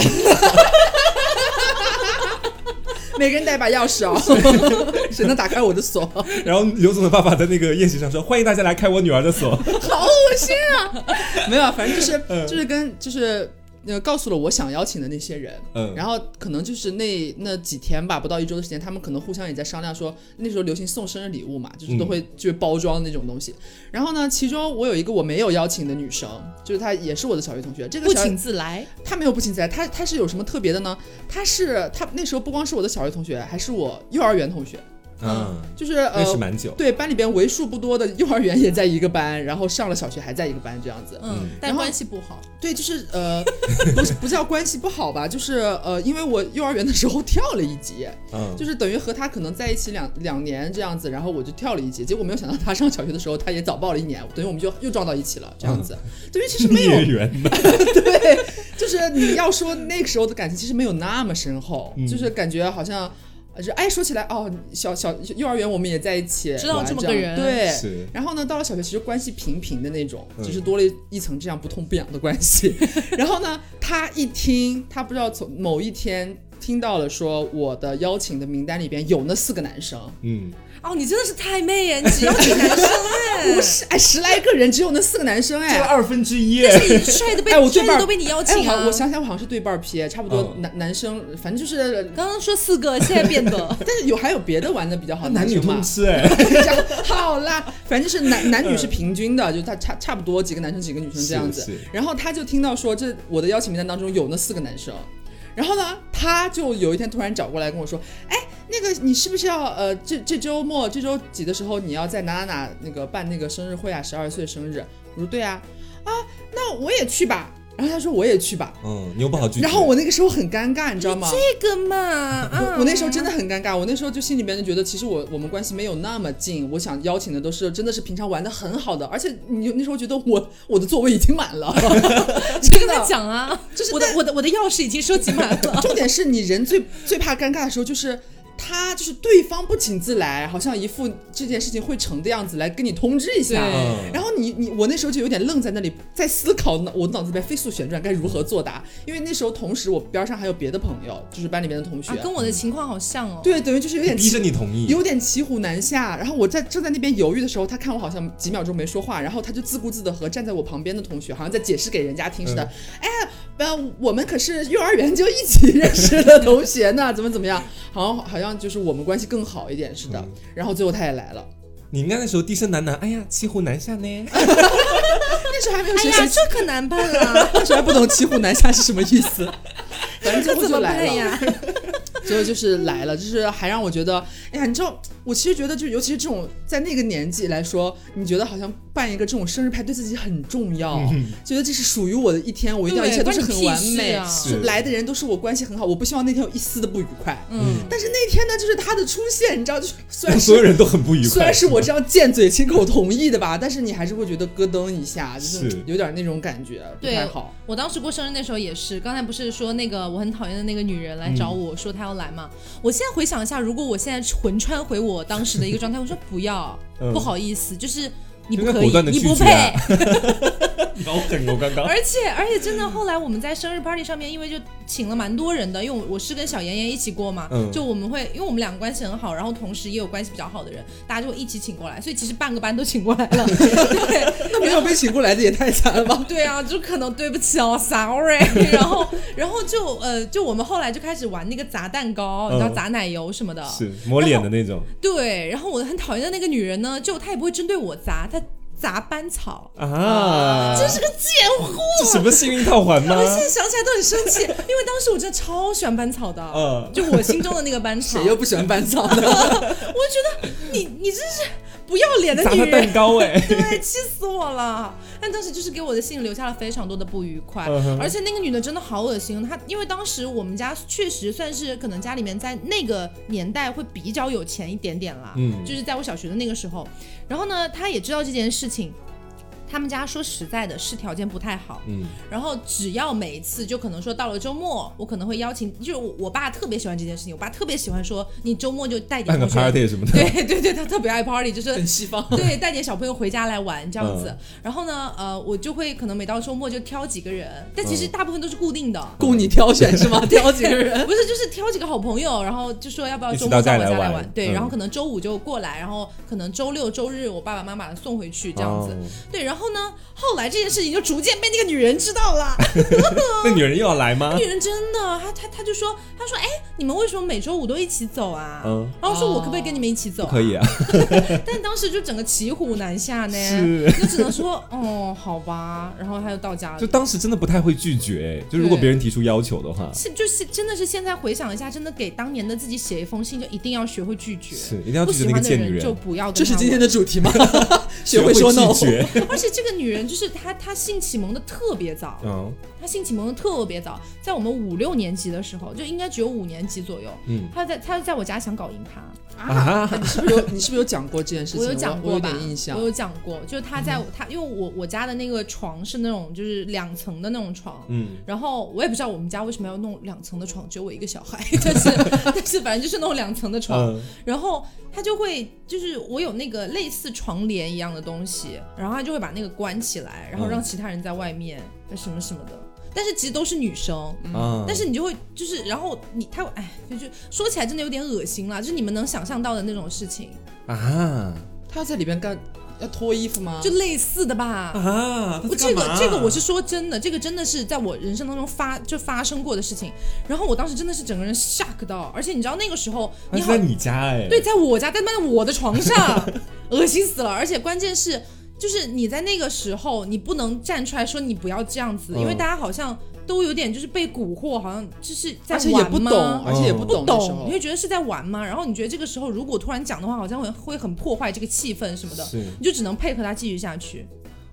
每个人带把钥匙哦，谁能打开我的锁？
然后刘总的爸爸在那个宴席上说：“欢迎大家来开我女儿的锁。
好恶心啊！没有，反正就是
嗯
就是跟就是。呃，告诉了我想邀请的那些人，
嗯
然后可能就是那那几天吧，不到一周的时间，他们可能互相也在商量说，那时候流行送生日礼物嘛，就是都会就是包装那种东西。然后呢，其中我有一个我没有邀请的女生，就是她也是我的小学同学，这个
不
小
请自来，
她没有不请自来，她她是有什么特别的呢？她是她那时候不光是我的小学同学，还是我幼儿园同学，”
嗯，
就是
认识
呃
蛮久。
对，班里边为数不多的幼儿园也在一个班，然后上了小学还在一个班这样子。
嗯，但
然后
关系不好，
对，就是呃，不 是不叫关系不好吧，就是呃，因为我幼儿园的时候跳了一级，
嗯，
就是等于和他可能在一起两两年这样子，然后我就跳了一级，结果没有想到他上小学的时候他也早报了一年，等于我们就又撞到一起了这样子。对于其实没有
孽缘的。
对，就是你要说那个时候的感情其实没有那么深厚，
嗯
就是感觉好像。呃就哎，说起来哦，小小幼儿园我们也在一起玩，
知道这么个人
样对，
是
然后呢，到了小学其实关系平平的那种，
嗯
就是多了一层这样不痛不痒的关 系。然后呢，他一听，他不知道从某一天听到了说我的邀请的名单里边有那四个男生，
嗯，
哦，你真的是太妹耶！你 只邀请男生哎，
不是哎十来个人只有那四个男生
这
哎，
二分之一。
你帅的被
哎我
帅
对半
的
儿
都被你邀
哎我
请
好
啊！
我想想我好像是对半儿 P，差不多
嗯
男、男生反正就是
刚刚说四个，现在 变个
但是有还有别的玩的比较好的
男女
生嘛
通，吃哎，
这样 好啦，反正就是男男女是平均的，就他差差不多几个男生几个女生这样子
是是。
然后他就听到说，这我的邀请名单当中有那四个男生，然后呢，他就有一天突然找过来跟我说，哎。那个，你是不是要呃，这这周末这周几的时候，你要在哪哪哪那个办那个生日会啊？十二岁生日？我说对啊，啊，那我也去吧。然后他说我也去吧。
嗯，你又不好拒绝。
然后我那个时候很尴尬，你知道吗？
这个嘛啊！
我我那时候真的很尴尬，我那时候就心里边就觉得，其实我我们关系没有那么近，我想邀请的都是真的是平常玩的很好的，而且你那时候觉得我我的座位已经满了，
就
真
跟他
的。
讲啊，
就是
我的我的我的钥匙已经收集满了。
重点是你人最最怕尴尬的时候就是。他就是对方不请自来，好像一副这件事情会成的样子来跟你通知一下。
对
嗯，
然后你你我那时候就有点愣在那里，在思考脑我脑子里边飞速旋转该如何作答，因为那时候同时我边上还有别的朋友，就是班里面的同 学，
啊，跟我的
嗯
情况好像哦。
对，等于就是有点
逼
奇
着你同意。
有点骑虎难下。然后我在正在那边犹豫的时候，他看我好像几秒钟没说话，然后他就自顾自的和站在我旁边的同学，好像在解释给人家听似的。哎，呃，我们可是幼儿园就一起认识的同学呢，怎么怎么样？好像好像就是我们关系更好一点似的。然后最后他 也来了，
你应该那时候低声喃喃，哎呀，骑虎难下呢。
那时候还没有
哎
学
呀，
习，
这可难办啊 了，
那时候还不懂骑虎难下是什么 意思。反正
这
最后
怎
就
么
来
办
了。
呀？
所以就是来了，就是还让我觉得，哎呀，你知道，我其实觉得，就是尤其是这种在那个年纪来说，你觉得好像办一个这种生日派对自己很重要，
嗯
觉得这是属于我的一天，我一定要
对
一切都是
关
很
你屁
完美，
事啊
是
就来的人都是我关系很好，我不希望那天有一丝的不愉快。
嗯，
但是那天呢，就是他的出现，你知道，就是 虽
让
然
嗯所有
是。
人都很不愉快。
虽然是我这样贱嘴亲口同意的吧，但是你还是会觉得咯噔一下，就是
是
有点那种感觉，不
对
太好。
我当时过生日那时候也是，刚才不是说那个我很讨厌的那个女人来找我说她要来嘛？我现在回想一下，如果我现在魂穿回我当时的一个状态，我说不要
嗯，
不好意思，就是你不
应该
可
果
以，
断地
你
拒
不
绝
配。
啊 好狠哦，刚刚。
而且而且真的，后来我们在生日 party 上面，因为就请了蛮多人的，因为我我是跟小妍妍一起过嘛，
嗯
就我们会，因为我们俩关系很好，然后同时也有关系比较好的人，大家就会一起请过来，所以其实半个班都请过来 了。对，
那没有被请过来的也太惨了吧？
对啊，就可能对不起哦，sorry。然 后，然后就呃，就我们后来就开始玩那个砸蛋糕，你知道
嗯
砸奶油什么的。
是抹脸的那种
对，然后我很讨厌的那个女人呢，就她也不会针对我砸，她砸班草，
啊，
真是个贱货。
这什么幸运 套环吗
我？现在想起来都很生气，因 为当时我真的超喜欢班草的，
嗯
就我心中的那个班草，
谁
我就
又不喜欢班草呢？
觉得你你真是不要脸的
砸
女
他蛋
人。
糕哎、
对，气死我了！但当时就是给我的心里留下了非常多的不愉快，
嗯哼
而且那个女的真的好恶心。她因为当时我们家确实算是可能家里面在那个年代会比较有钱一点点啦，
嗯
就是在我小学的那个时候。然后呢，她也知道这件事情，他们家说实在的是条件不太好，
嗯，
然后只要每一次，就可能说到了周末，我可能会邀请，就是我我爸特别喜欢这件事情，我爸特别喜欢说你周末就带点
办个
同学，
party 什么的，
对 对对，他特别爱 party，就是
很西方。
对，带点小朋友回家来玩这样子。
嗯
然后呢，呃，我就会可能每到周末就挑几个人，但其实大部分都是固定的。
供你挑选是 吗？挑几个人？
不是，就是挑几个好朋友，然后就说要不要
一起
周末
到
到
家
我
里来
来
玩
玩，对，
嗯
然后可能周五就过来，然后可能周六周日我爸爸妈妈送回去这样子，
哦
对，然后呢，后来这件事情就逐渐被那个女人知道了，
哦那女人又要来吗
那？女人真的，她她她就说，她说，哎，你们为什么每周五都一起走啊？
嗯
然后说我可不可以跟你们一起走、
不可以。啊，
但当时就整个骑虎难下呢，
是
就只能说，哦，好吧。然后她就到家了
就。当时真的不太会拒绝、哎就如果别人提出要求的话，
现就是真的是现在回想一下，真的给当年的自己写一封信，就一定要学会拒绝，
是一定要
不
拒绝
喜
那个
欢的
贱女
人就
人，
不要跟
这是
她
今天
玩
的主题吗？ 学
学
会说 no
拒。绝，
而且这个女人就是她，她性启蒙的特别早，
嗯
她性启蒙的特别早，在我们五六年级的时候，就应该只有五年级左右，
嗯
她在她在我家想搞赢她。
啊，
你是不是有你是不是有讲过这件事情？
我有讲
我
过
有
吧？
点印象嗯
我。有讲过，就是他在、他，因为我我家的那个床是那种就是两层的那种床。
嗯，
然后我也不知道我们家为什么要弄两层的床，只有我一个小孩， 但是但是反正就是弄两层的床，
嗯
然后他就会就是我有那个类似床帘一样的东西，然后他就会把那个关起来，然后
嗯
让其他人在外面什么什么的，但是其实都是女生，
嗯
啊，
嗯但是你就会就是然后你他哎就就说起来真的有点恶心啦，就是你们能想象到的那种事情，
嗯
啊
他要在里边干，要脱衣服吗？
就类似的吧。
啊，他
我
在
这
干
个
嘛
这个我是说真的，这个真的是在我人生当中发就发生过的事情。然后我当时真的是整个人 shock 到，而且你知道那个时候
他
你
是
好
在你家哎，
对，在我家，在在我的床上，恶心死了。而且关键是，就是你在那个时候你不能站出来说你不要这样子，因为
嗯
大家好像都有点就是被蛊惑，好像就是在
而且
玩
也不
吗
懂，而且也哦不懂
不
那时
懂，
候
你会觉得是在玩吗？然后你觉得这个时候如果突然讲的话，好像会会很破坏这个气氛什么的，
是
你就只能配合他继续下去。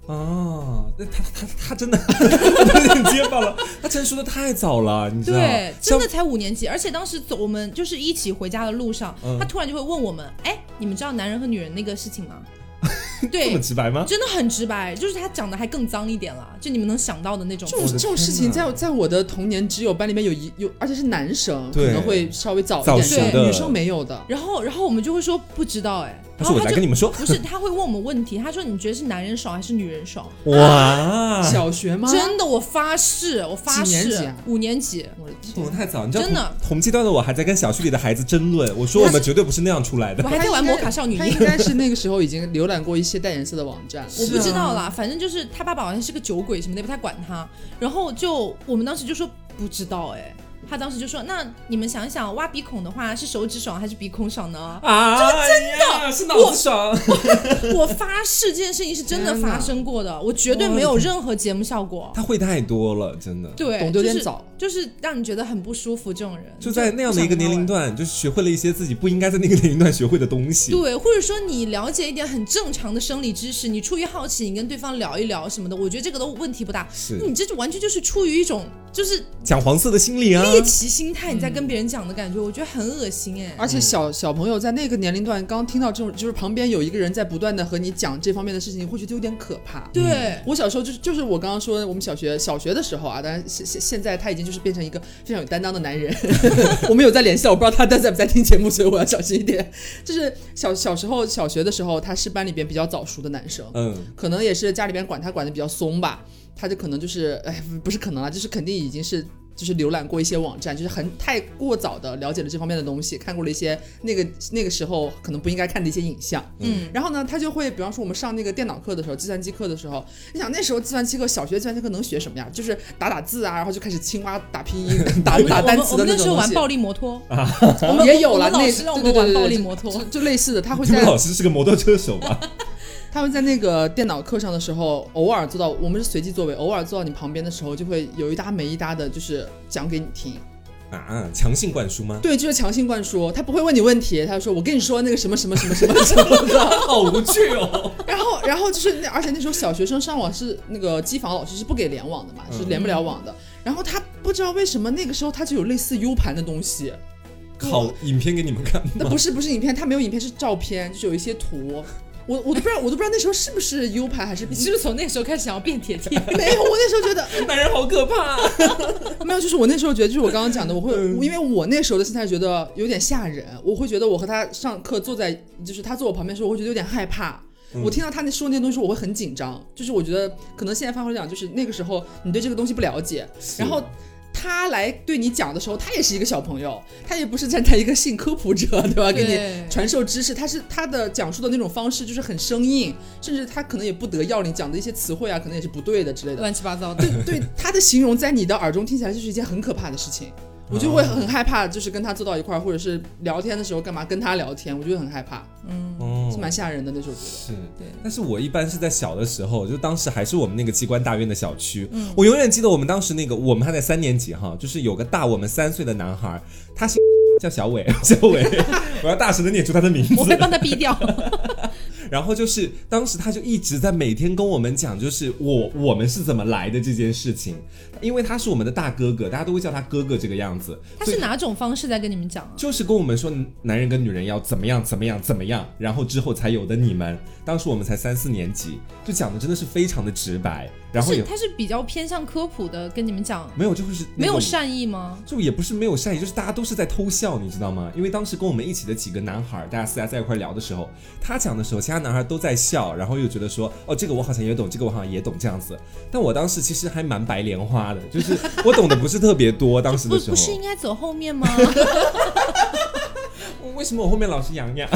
啊，那他他他真的 我都有点结巴了，他真的说的太早了，你知道？
对，真
像
的才五年级，而且当时走我们就是一起回家的路上，
嗯
他突然就会问我们：“哎，你们知道男人和女人那个事情吗？”
这么
对，
直白吗？
真的很直白，就是他讲的还更脏一点了，就你们能想到的那种
这。种
我的
这种事
天
情
哪
在在我的童年只有班里面有一有，而且是男生可
对
能会稍微早一
早
点，
熟
对
的
女生没有的。
然后，然后我们就会说不知道哎，然
他说
后
我
他
来跟
就
你们说，
不是他会问我们问题，他说你觉得是男人爽还是女人爽？
哇，
小学吗？
真的，我发誓，我发
几年级
誓
啊，
五年级，
我的
我们
天，
太早，你知道
真的
同同阶段的我还在跟小区里的孩子争论，我说我们绝对不是那样出来的
我。还在玩
他应
魔
该
卡少女
他
樱
应。该是那个时候已经浏览过一些带颜色的网站。
我
是
不知
啊？
道啦，反正就是他爸爸好像是个酒鬼什么的，也不太管他。然后就我们当时就说不知道哎、他当时就说那你们想一想，挖鼻孔的话是手指爽还是鼻孔爽呢
啊，这个真的、是脑
我
子爽，
我发誓这件事情是真的
天哪
发生过的，我绝对没有任何节目效果。
哦他会太多了，真的。
对，
懂得有点早
就是，就是让你觉得很不舒服。这种人
就在那样的一个年龄，段，就学会了一些自己不应该在那个年龄段学会的东西。
就不想跟他玩对，或者说你了解一点很正常的生理知识，你出于好奇，你跟对方聊一聊什么的，我觉得这个都问题不大。
是
你这就完全就是出于一种就是
讲黄色的心理啊，
猎奇心态，你在跟别人讲的感觉，我觉得很恶心哎。
而且小小朋友在那个年龄段，刚听到这种，就是旁边有一个人在不断的和你讲这方面的事情，会觉得有点可怕。
对，
我小时候就是就是我刚刚说我们小学小学的时候啊，当然现现现在他已经就是变成一个非常有担当的男人。 我们有在联系，我不知道他在不在听节目，所以我要小心一点。就是小小时候小学的时候，他是班里边比较早熟的男生，
嗯，
可能也是家里边管他管的比较松吧，他就可能就是哎不是可能啊，就是肯定已经是。就是浏览过一些网站，就是很太过早的了解了这方面的东西，看过了一些那个那个时候可能不应该看的一些影像，
嗯，
然后呢，他就会，比方说我们上那个电脑课的时候，计算机课的时候，你想那时候计算机课，小学计算机课能学什么呀？就是打打字啊，然后就开始青蛙打拼音、打
我们
打单词
我们
的
我们那
种
时候
东
玩
西。
暴力摩托，我
们
们
也有了
我们老
那
师让我
对
们
对对
玩
对
暴力
对
摩托
就，就类似的，他会
你们
在
老师是个摩托车手啊吧？
他会在那个电脑课上的时候，偶尔做到，我们是随机座位，偶尔坐到你旁边的时候，就会有一搭没一搭的，就是讲给你听。
啊，强行灌输 吗？
对，就是强行灌输，他不会问你问题，他就说我跟你说那个什么什么什么什么什么 的，
好无趣哦。
然后，然后就是那，而且那时候小学生上网是那个机房老师是不给联网的嘛，
嗯
是连不了网的。然后他不知道为什么那个时候他就有类似 U 盘的东西，
考影片给你们看
那
吗？
不是不是影片，他没有影片是照片，就是有一些图。我我都不知道，我都不知道那时候是不是 U 盘还是
你是不是从那时候开始想要变铁梯？
没有。我那时候觉得
男人好可怕、
没有，就是我那时候觉得，就是我刚刚讲的，我会，我因为我那时候的心态觉得有点吓人，我会觉得我和他上课坐在，就是他坐我旁边的时候，我会觉得有点害怕。
嗯
我听到他那说那些东西，我会很紧张。就是我觉得可能现在翻回来讲，就是那个时候你对这个东西不了解，然后他来对你讲的时候，他也是一个小朋友，他也不是站在一个性科普者，对吧？给你
对
传授知识，他是他的讲述的那种方式就是很生硬，甚至他可能也不得要领，讲的一些词汇啊，可能也是不对的之类的。
乱七八糟 的，
对他的形容，在你的耳中听起来就是一件很可怕的事情，我就会很害怕，就是跟他坐到一块儿，或者是聊天的时候干嘛跟他聊天，我就会很害怕，
哦
是蛮吓人的那时候觉得。
是
对，
但是我一般是在小的时候，就当时还是我们那个机关大院的小区，
嗯
我永远记得我们当时那个，我们还在三年级哈，就是有个大我们三岁的男孩，他姓 叫小伟，小伟，我要大声的念出他的名字
我，会帮他逼掉。
然后就是当时他就一直在每天跟我们讲，就是我我们是怎么来的这件事情，因为他是我们的大哥哥，大家都会叫他哥哥这个样子，
他
所以
是哪种方式在跟你们讲啊？
就是跟我们说男人跟女人要怎么样怎么样怎么样，然后之后才有的你们。当时我们才三四年级，就讲的真的是非常的直白， 然后
是
也
他是比较偏向科普的跟你们讲，
没有就是那
没有
种
善意吗？
就也不是没有善意，就是大家都是在偷笑，你知道吗？因为当时跟我们一起的几个男孩，大家私下在一块聊的时候，他讲的时候，其他男孩都在笑，然后又觉得说，哦，这个我好像也懂，这个我好像也懂这样子。但我当时其实还蛮白莲花的，就是我懂的不是特别多，当时
不
的 时
不是
候
应。该走后面吗？
为什么我后面老是洋洋？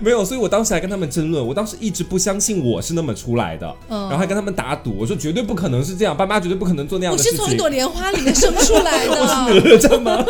没有，所以我当时还跟他们争论，我当时一直不相信我是那么出来的，
嗯
然后还跟他们打赌，我说绝对不可能是这样，爸妈绝对不可能做那样
我
的事
是
情。
从一朵莲花里面生出 来的。
哪吒吗？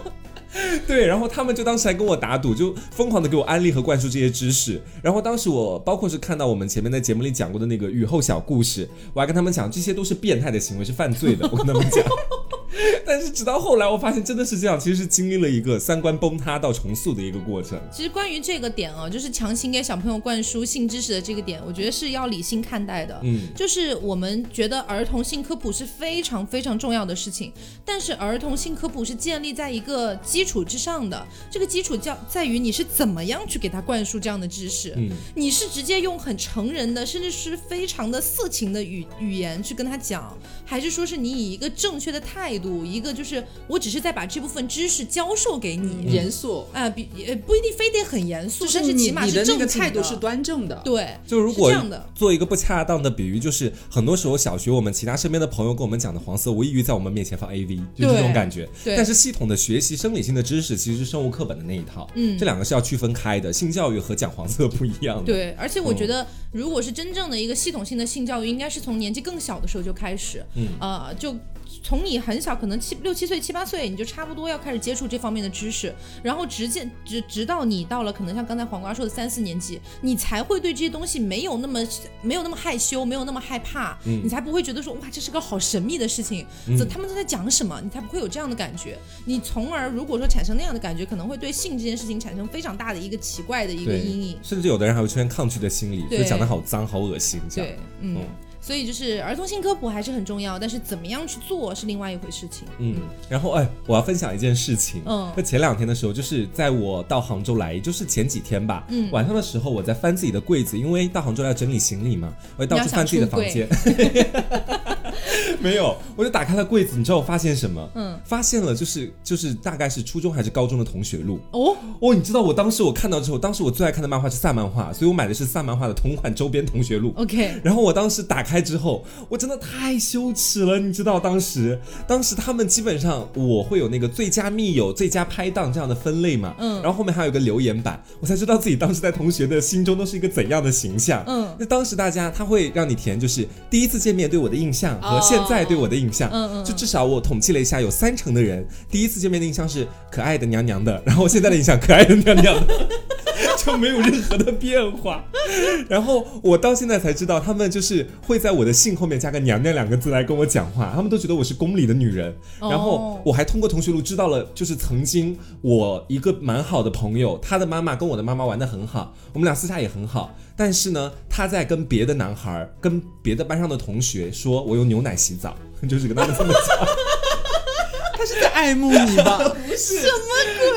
对，然后他们就当时还跟我打赌，就疯狂的给我安利和灌输这些知识。然后当时我包括是看到我们前面在节目里讲过的那个雨后小故事，我还跟他们讲这些都是变态的行为，是犯罪的。我跟他们讲， 但是直到后来我发现真的是这样，其实是经历了一个三观崩塌到重塑的一个过程。
其实关于这个点啊，就是强行给小朋友灌输性知识的这个点，我觉得是要理性看待的。
嗯，
就是我们觉得儿童性科普是非常非常重要的事情，但是儿童性科普是建立在一个基础之上的，这个基础叫在于你是怎么样去给他灌输这样的知识。
嗯
你是直接用很成人的，甚至是非常的色情的语语言去跟他讲，还是说是你以一个正确的态度，一个就是我只是在把这部分知识教授给
嗯
你，
严肃，
啊、比也不一定非得很严肃，
嗯就是
但是
你
起码
你的
是正
那个
经
态度
的
是端正的。
对，
就如果
是这样的。
做一个不恰当的比喻，就是很多时候小学我们其他身边的朋友跟我们讲的黄色，无异于在我们面前放 A V，就是这种
对
感觉。
对
但是系统的学习生理性的知识其实是生物课本的那一套，
嗯
这两个是要区分开的。性教育和讲黄色不一样的。，嗯
对，而且我觉得，如果是真正的一个系统性的性教育，应该是从年纪更小的时候就开始，
嗯
呃，就从你很小，可能七六七岁、七八岁，你就差不多要开始接触这方面的知识，然后直接直直到你到了可能像刚才黄瓜说的三四年级，你才会对这些东西没有那么没有那么害羞，没有那么害怕，
嗯
你才不会觉得说哇，这是个好神秘的事情，这他们都在讲什么，你才不会有这样的感觉。你从而如果说产生那样的感觉，可能会对性这件事情产生非常大的一个奇怪的一个
对
阴影。
甚至有的人还会出现抗拒的心理，
对
就讲的好脏、好恶心这样
对。，嗯
嗯，
所以就是儿童性科普还是很重要，但是怎么样去做是另外一回事情。
嗯，然后哎，我要分享一件事情。
嗯
那前两天的时候，就是在我到杭州来，就是前几天吧。
嗯
晚上的时候我在翻自己的柜子，因为到杭州来要整理行李嘛，我就到处翻自己的房间。 没有，我就打开了柜子，你知道我发现什么？
嗯，
发现了就是就是大概是初中还是高中的同学录。
哦，
哦，你知道我当时我看到之后，当时我最爱看的漫画是萨漫画，所以我买的是萨漫画的同款周边同学录。
OK，
然后我当时打开之后，我真的太羞耻了，你知道当时，当时他们基本上我会有那个最佳密友、最佳拍档这样的分类嘛，
嗯
然后后面还有一个留言板，我才知道自己当时在同学的心中都是一个怎样的形象，
嗯
那当时大家他会让你填就是第一次见面对我的印象和
哦
现在对我的印象，
嗯嗯
就至少我统计了一下，有三成的人第一次见面的印象是可爱的娘娘的，然后现在的印象可爱的娘娘的。 就没有任何的变化。然后我到现在才知道，他们就是会在我的姓后面加个“娘娘”两个字来跟我讲话，他们都觉得我是宫里的女人。
哦
然后我还通过同学录知道了，就是曾经我一个蛮好的朋友，他的妈妈跟我的妈妈玩的很好，我们俩私下也很好。但是呢，他在跟别的男孩儿、跟别的班上的同学说，我用牛奶洗澡， 就是跟他们这么讲。
他是在爱慕你 吧？
啊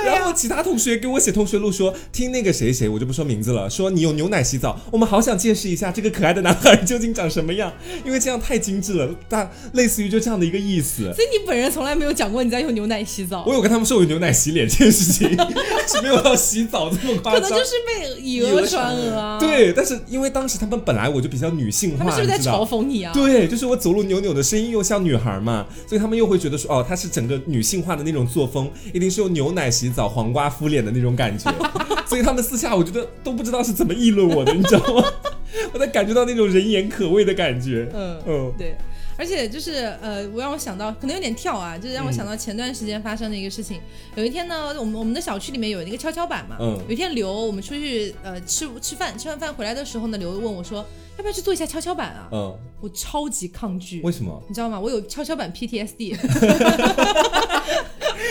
然后其他同学给我写同学录说，听那个谁谁，我就不说名字了，说你用牛奶洗澡，我们好想见识一下这个可爱的男孩究竟长什么样，因为这样太精致了，大类似于就这样的一个 意思。
所以你本人从来没有讲过你在用牛奶洗澡
我，有跟他们说我用牛奶洗脸这件事情， 是没有到洗澡这么夸
啊可能
张。
就是被以讹传讹啊。，
对，但是因为当时他们本来我就比较女性
他
化，
们是不是在
你知道
嘲讽你啊？
对，就是我走路扭扭的声音又像女孩嘛，所以他们又会觉得说，哦，她是整个女性化的那种作风，一定是用牛奶洗澡、黄瓜敷脸的那种感 觉，所以他们私下我觉得都不知道是怎么议论我的，你知 道吗？我在感觉到那种人言可畏的感觉。
嗯
嗯，
对，而且就是呃，我让我想到，可能有点跳啊，就是让我想到前段时间发生的一个事情。有一天呢，我们我们的小区里面有那个跷跷板嘛，
嗯
有一天刘我们出去呃吃吃饭，吃完饭回来的时候呢，刘问我说要不要去做一下跷跷板啊？
嗯，
我超级抗拒
为。什么？
你知道吗？我有跷跷板 PTSD，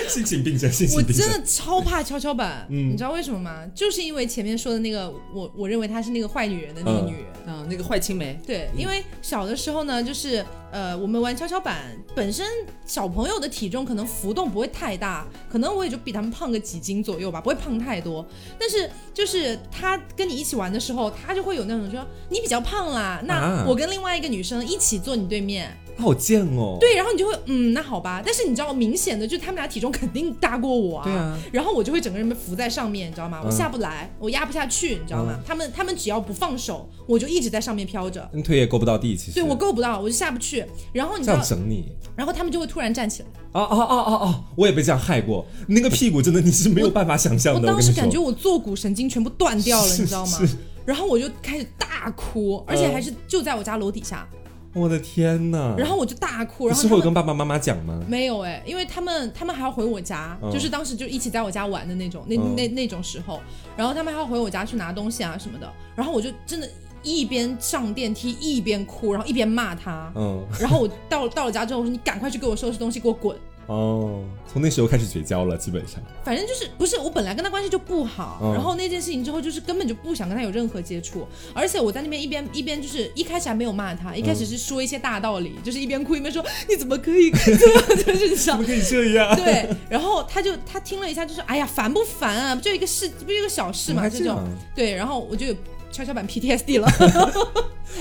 性情病症，性
我
情病
真
症。
的超怕跷跷板，
嗯
你知道为什么吗？就是因为前面说的那个，我我认为她是那个坏女人的那个
嗯
女人，
啊，那个坏青梅，
对，因为小的时候呢，就是呃，我们玩跷跷板，本身小朋友的体重可能浮动不会太大，可能我也就比他们胖个几斤左右吧，不会胖太多。但是就是他跟你一起玩的时候，他就会有那种说你比较胖啦，
啊
那我跟另外一个女生一起坐你对面，
好贱哦。
对，然后你就会嗯，那好吧。但是你知道，明显的就是他们俩体重肯定大过我啊。
对啊。嗯
然后我就会整个人被浮在上面，你知道吗？我下不来，我压不下去，你知道吗？他们他们只要不放手，我就一直在上面飘着。
你腿也够不到地，其实。
对我够不到，我就下不去。然后你知
这
道
样，啊整你。
然后他们就会突然站起来。
哦哦哦哦哦，我也被这样害过。那个屁股真的你是没有办法想象的。
我
我跟
当
你
时
说。
感觉我坐骨神经全部断掉了，
是
你知道吗
是？
然后我就开始大哭，而且还是就在我家楼底下。
我的天呐。
然后我就大哭，
嗯你
然后
事
他
后有
们
跟爸爸妈妈讲吗？
没有哎、因为他们他们还要回我家，
嗯
就是当时就一起在我家玩的那种，那、
嗯
那那种时候，然后他们还要回我家去拿东西啊什么的，然后我就真的一边上电梯一边哭，然后一边骂他，
嗯。
然后我到到了家之后，我说你赶快去给我收拾东西，给我滚。
哦，从那时候开始绝交了，基 本上。
反正就是不是我本来跟他关系就不好，
嗯
然后那件事情之后就是根本就不想跟他有任何接触，而且我在那边一边一边就是一开始还没有骂他，一开
嗯
始是说一些大道理，就是一边哭一边说你怎么可以 就是这样。
可以这 样？
对，然后他就他听了一下，就是哎呀烦不烦啊？不就一个事，不就一个小事嘛，
还
这
这
种
样。
对，然后我就有跷跷板 PTSD 了。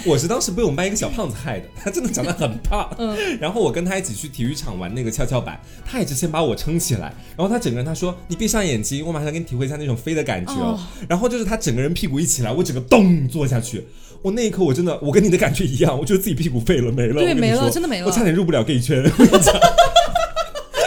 我是当时被我们班一个小胖子害的，他真的长得很胖。
嗯
然后我跟他一起去体育场玩那个跷跷板，他也是先把我撑起来，然后他整个人他说：“你闭上眼睛，我马上给你体会一下那种飞的感觉哦。
哦
然后就是他整个人屁股一起来，我整个咚坐下去。我那一刻我真的，我跟你的感觉一样，我觉得自己屁股废了没了，
对
我跟你
没了
说
真的没了
我差点入不了 gay 圈。 我跟你讲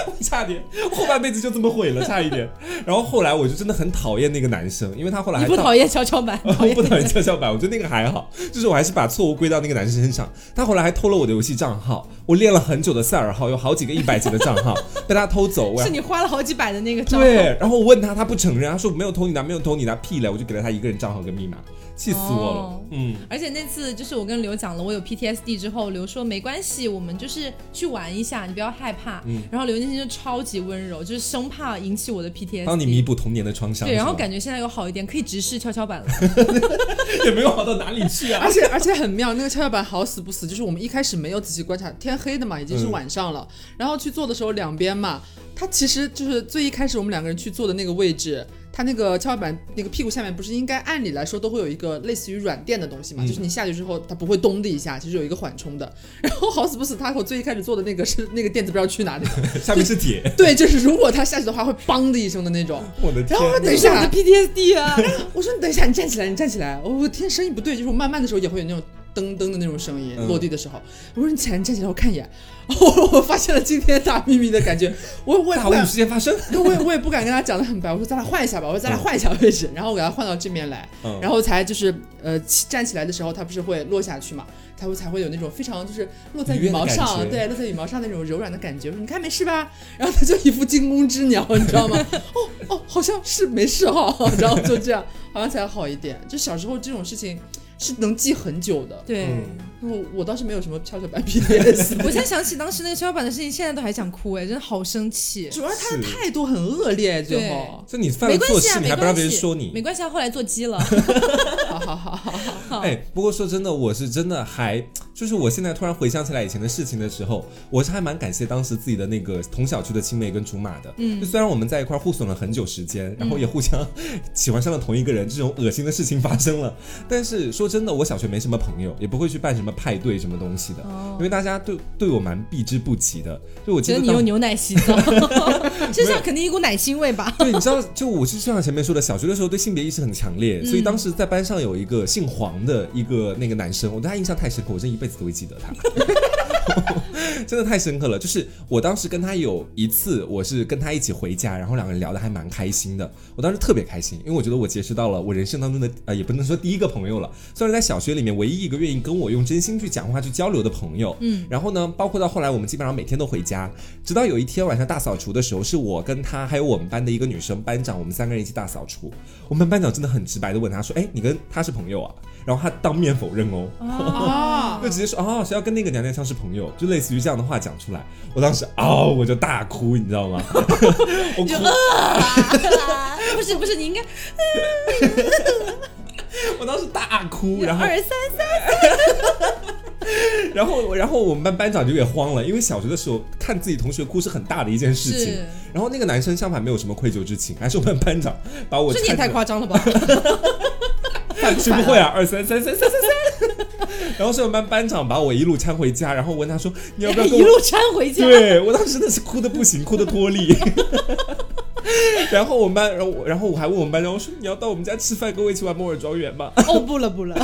我差点，我后半辈子就这么毁了，差一点。然后后来我就真的很讨厌那个男生，因为他后来
你
还
不
到
讨厌跷跷 板？
我
讨厌
不讨厌跷跷板，我觉得那个还好，就是我还是把错误归到那个男生身上。他后来还偷了我的游戏账号，我练了很久的赛尔号，有好几个一百级的账号被他偷走。我
是你花了好几百的那个账号。
对，然后我问他，他不承认，他说没有偷你的，没有偷你的，屁嘞！我就给了他一个人账号跟密码，气死我了。
哦
嗯，
而且那次就是我跟刘讲了，我有 PTSD 之后，刘说没关系，我们就是去玩一下，你不要害怕。
嗯
然后刘念心就超级温柔，就是生怕引起我的 PTSD。
帮你弥补童年的创伤是吗。
对，然后感觉现在有好一点，可以直视跷跷板了。
也没有好到哪里去啊
而。且而且很妙，那个跷跷板好死不死，就是我们一开始没有仔细观察，天黑的嘛，已经是晚上了。然后去坐的时候，两边嘛，它其实就是最一开始我们两个人去坐的那个位置，它那个跷跷板那个屁股下面不是应该按理来说都会有一个类似于软垫的东西嘛，
嗯
就是你下去之后它不会咚的一下，其实有一个缓冲的。然后好死不死，他和我最一开始坐的那个是那个垫子不知道去哪里了，
下面是铁，
对，就是如果他下去的话会梆的一声的那种。
我的天
然后我
哪！
等一下，
PTSD 啊！
嗯
我说你等一下，你站起来，你站起来。我我听声音不对，就是我慢慢的时候也会有那种噔噔的那种声音，
嗯
落地的时候，我说你起来，你站起来，我看一眼。 我我发现了今天大秘密的感觉，我我也
大
不
雾
敢
事件发生。
对，我也我也不敢跟他讲的很白，我说咱俩换一下吧，我说咱俩
嗯
换一下位置，然后我给他换到这边来，
嗯
然后才就是呃起站起来的时候，他不是会落下去嘛，他会才会有那种非常就是落在
愉
羽
悦的
毛
感
上，
觉
对，落在羽毛上那种柔软的感觉，我说你看没事吧？然后他就一副惊弓之鸟，你知道吗？哦哦，好像是没事哈、然后就这样，好像才好一点。就小时候这种事情是能记很久的，
对，
嗯
我我倒是没有什么跷跷板 PDS。
我现在想起当时那个跷跷板的事情，现在都还想哭哎，真的好生气。
主要是他的
是
态度很恶劣，最后，
就你犯
没
了
关
错
系啊，
事，你
没
还不让
关
别人
系，
说你
没。关系啊，后来做鸡了。
好好好好好，
哎，不过说真的，我是真的还，就是我现在突然回想起来以前的事情的时候，我是还蛮感谢当时自己的那个同小区的青梅跟竹马的。嗯，就虽然我们在一块儿互损了很久时间，然后也互相 喜欢上了同一个人，这种恶心的事情发生了。但是说真的，我小学没什么朋友，也不会去办什么派对什么东西的，因为大家对对我蛮避之不及的。就我记
觉
得
得你
当
用牛奶洗 澡，身上肯定一股奶腥味吧？
对，你知道，就我是就像前面说的，小学的时候对性别意识很强烈，所以当时在班上有一个姓黄的一个那个男生，我对他印象太深刻，我真一辈子都会记得他。 真的太深刻了，就是我当时跟他有一次，我是跟他一起回家，然后两个人聊得还蛮开心的。我当时特别开心，因为我觉得我结识到了我人生当中的呃，也不能说第一个朋友了，算是在小学里面唯一一个愿意跟我用真心去讲话、去交流的朋友。嗯，然后呢，包括到后来我们基本上每天都回家，直到有一天晚上大扫除的时候，是我跟他还有我们班的一个女生班长，我们三个人一起大扫除。我们班长真的很直白的问他说：“哎，你跟他是朋友啊？”然后他当面否认哦。
啊
就直接说哦，谁要跟那个娘娘腔是朋友，就类似于这样的话讲出来。我当时嗷、我就大哭，你知道吗？ 我哭，啊
不是不是，你应该
我当时大哭，然后
二三
然后然后我们班班长就也慌了，因为小学的时候看自己同学哭是很大的一件事情
是。
然后那个男生相反没有什么愧疚之情，还是我们班长把我
这你也
搀着
太夸张了 吧？
学不会啊，二三三三三三 三。然后是我们班班长把我一路搀回家，然后问他说你要不要 跟
一
我
路搀回家，
对我当时真的是哭的不 行，哭的脱力。然后我们班，然后我，然后我还问我们班长，我说你要到我们家吃饭，跟我一起玩摩尔庄园吗？
哦不了不了，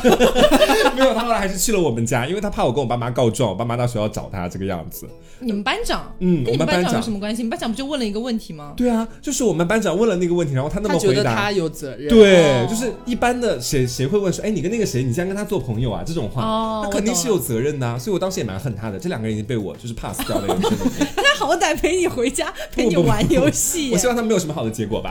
没有，他后来还是去了我们家，因为他怕我跟我爸妈告状，我爸妈到学校找他这个样子。
你们班长，
嗯
跟你
我们班
班长有
长
什么关系？你们班长不就问了一个问题吗？
对啊，就是我们班长问了那个问题，然后他那
他
么
觉
回
得
答
他。有责任，
对
哦，
就是一般的谁谁会问说，哎，你跟那个谁，你竟然跟他做朋友啊？这种话，
哦
他肯定是
我懂
有责任的、啊，所以我当时也蛮恨他的。这两个人已经被我就是 pass 掉了。有些 人
他好歹陪你回家，陪你
不不不
玩游戏
我希望他们没有什么好的结果吧。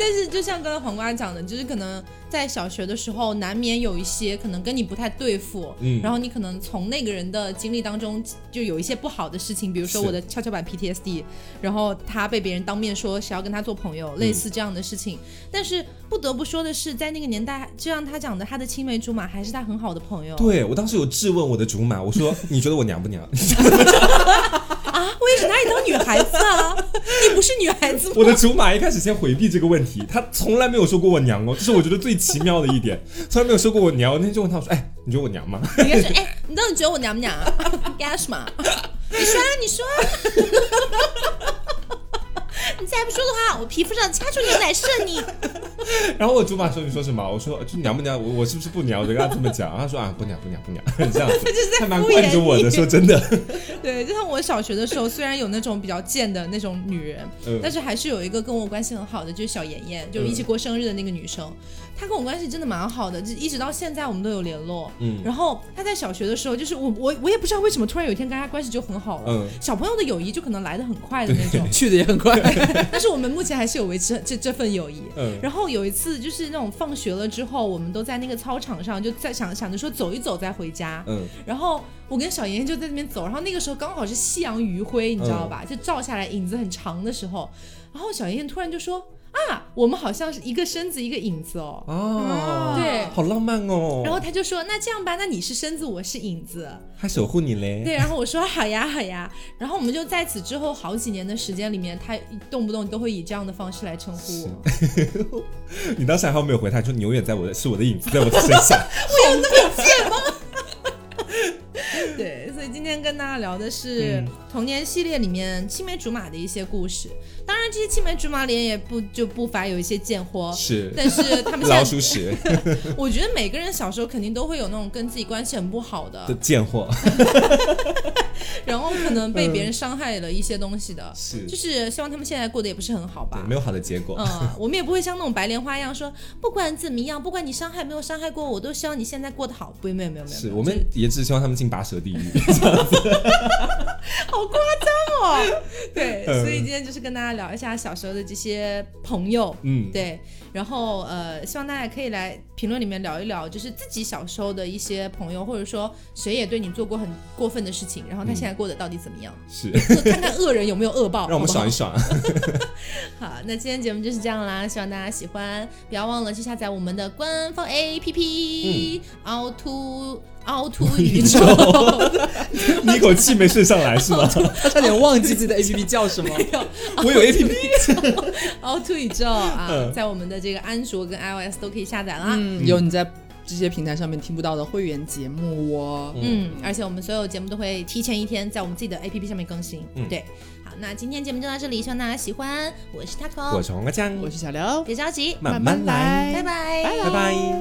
但是就像刚才黄瓜讲的，就是可能在小学的时候，难免有一些可能跟你不太对付，
嗯
然后你可能从那个人的经历当中就有一些不好的事情，比如说
是
我的跷跷板 PTSD，然后他被别人当面说谁要跟他做朋
嗯
友，类似这样的事情。但是不得不说的是，在那个年代，就像他讲的，他的青梅竹马还是他很好的朋友。
对我当时有质问我的竹马，我说你觉得我娘 不娘？
啊，为什么把你当女孩子 啊？你不是女孩子吗？
我的竹马一开始先回避这个问题，他从来没有说过我娘哦，这是我觉得最奇妙的一点，从来没有说过我娘。我那天就问他我说，哎，你觉得我娘吗？
你应该说，哎，你到底觉得我娘不 娘啊？干什么？你说啊，你说啊。 你再不说的话，我皮肤上掐出牛奶射 你！
然后我竹马说你说什么？我说呃就娘不娘，我我是不是不娘？我就跟他这么讲，他说啊不娘不娘 不娘，这样 子，还蛮惯着我的。说真的，
对，就像我小学的时候，虽然有那种比较贱的那种女人，
嗯
但是还是有一个跟我关系很好的，就是小妍妍，就是一起过生日的那个女生，她跟我关系真的蛮好的，就一直到现在我们都有联络。
嗯
然后她在小学的时候，就是我我我也不知道为什么突然有一天跟她关系就很好了。
嗯
小朋友的友谊就可 能来的很快的那种，
去的也很快。
但是我们目前还是有维持这这份友谊。
嗯
然后有有一次就是那种放学了之后，我们都在那个操场上，就在想想着说走一走再回家。
嗯，
然后我跟小妍妍就在那边走，然后那个时候刚好是夕阳余晖，你知道吧？就照下来影子很长的时候，然后小妍妍突然就说：“啊，我们好像是一个身子一个影子哦。”
哦，
对
好浪漫哦。
然后他就说：“那这样吧，那你是身子，我是影子。
还守护你”嘞。
对，然后我说：“好呀，好呀。”然后我们就在此之后好几年的时间里面，他动不动都会以这样的方式来称呼我。
你当时还好没有回他，说你永远在我的是我的影子在我的身 上。
对，所以今天跟大家聊的是童年系列里面青梅竹马的一些故事。当然，这些青梅竹马里也不就不乏有一些贱货，
是
但是他们
老
现
鼠屎
在，我觉得每个人小时候肯定都会有那种跟自己关系很不好
的
的，
贱货，
然后可能被别人伤害了一些东西的，
是
就是希望他们现在过得也不是很好吧
嗯对，。没有好的结果。
嗯，我们也不会像那种白莲花一样说，不管怎么样，不管你伤害没有伤害过我，我都希望你现在过得好。不，没有没有没有，
是
没有
我们也只希望他们进拔舌地狱。
好夸张哦！对，
嗯
所以今天就是跟大家聊一下小时候的这些朋友，
嗯，
对，然后呃，希望大家可以来评论里面聊一聊，就是自己小时候的一些朋友，或者说谁也对你做过很过分的事情，然后他现在过得到底怎 么样，
是，
就看看恶人有没有恶报，
让我们
好不好
爽一爽。
好，那今天节目就是这样啦，希望大家喜欢，不要忘了去下载我们的官方 APP、凹
嗯
凸凹凸宇宙。
你一口气没顺上来是 吗？
他差点忘记自己的 A P P 叫什么。
我有 A P P，
凹凸宇宙啊
嗯，
在我们的这个安卓跟 iOS 都可以下载啦。
嗯，有你在这些平台上面听不到的会员节目哦。
嗯，而且我们所有节目都会提前一天在我们自己的 APP 上面更新。
嗯
对，好，那今天节目就到这里，希望大家喜欢。我是 Taco，
我是黄瓜酱，
我是小刘，
别着急，
慢慢来，
拜拜，
拜拜。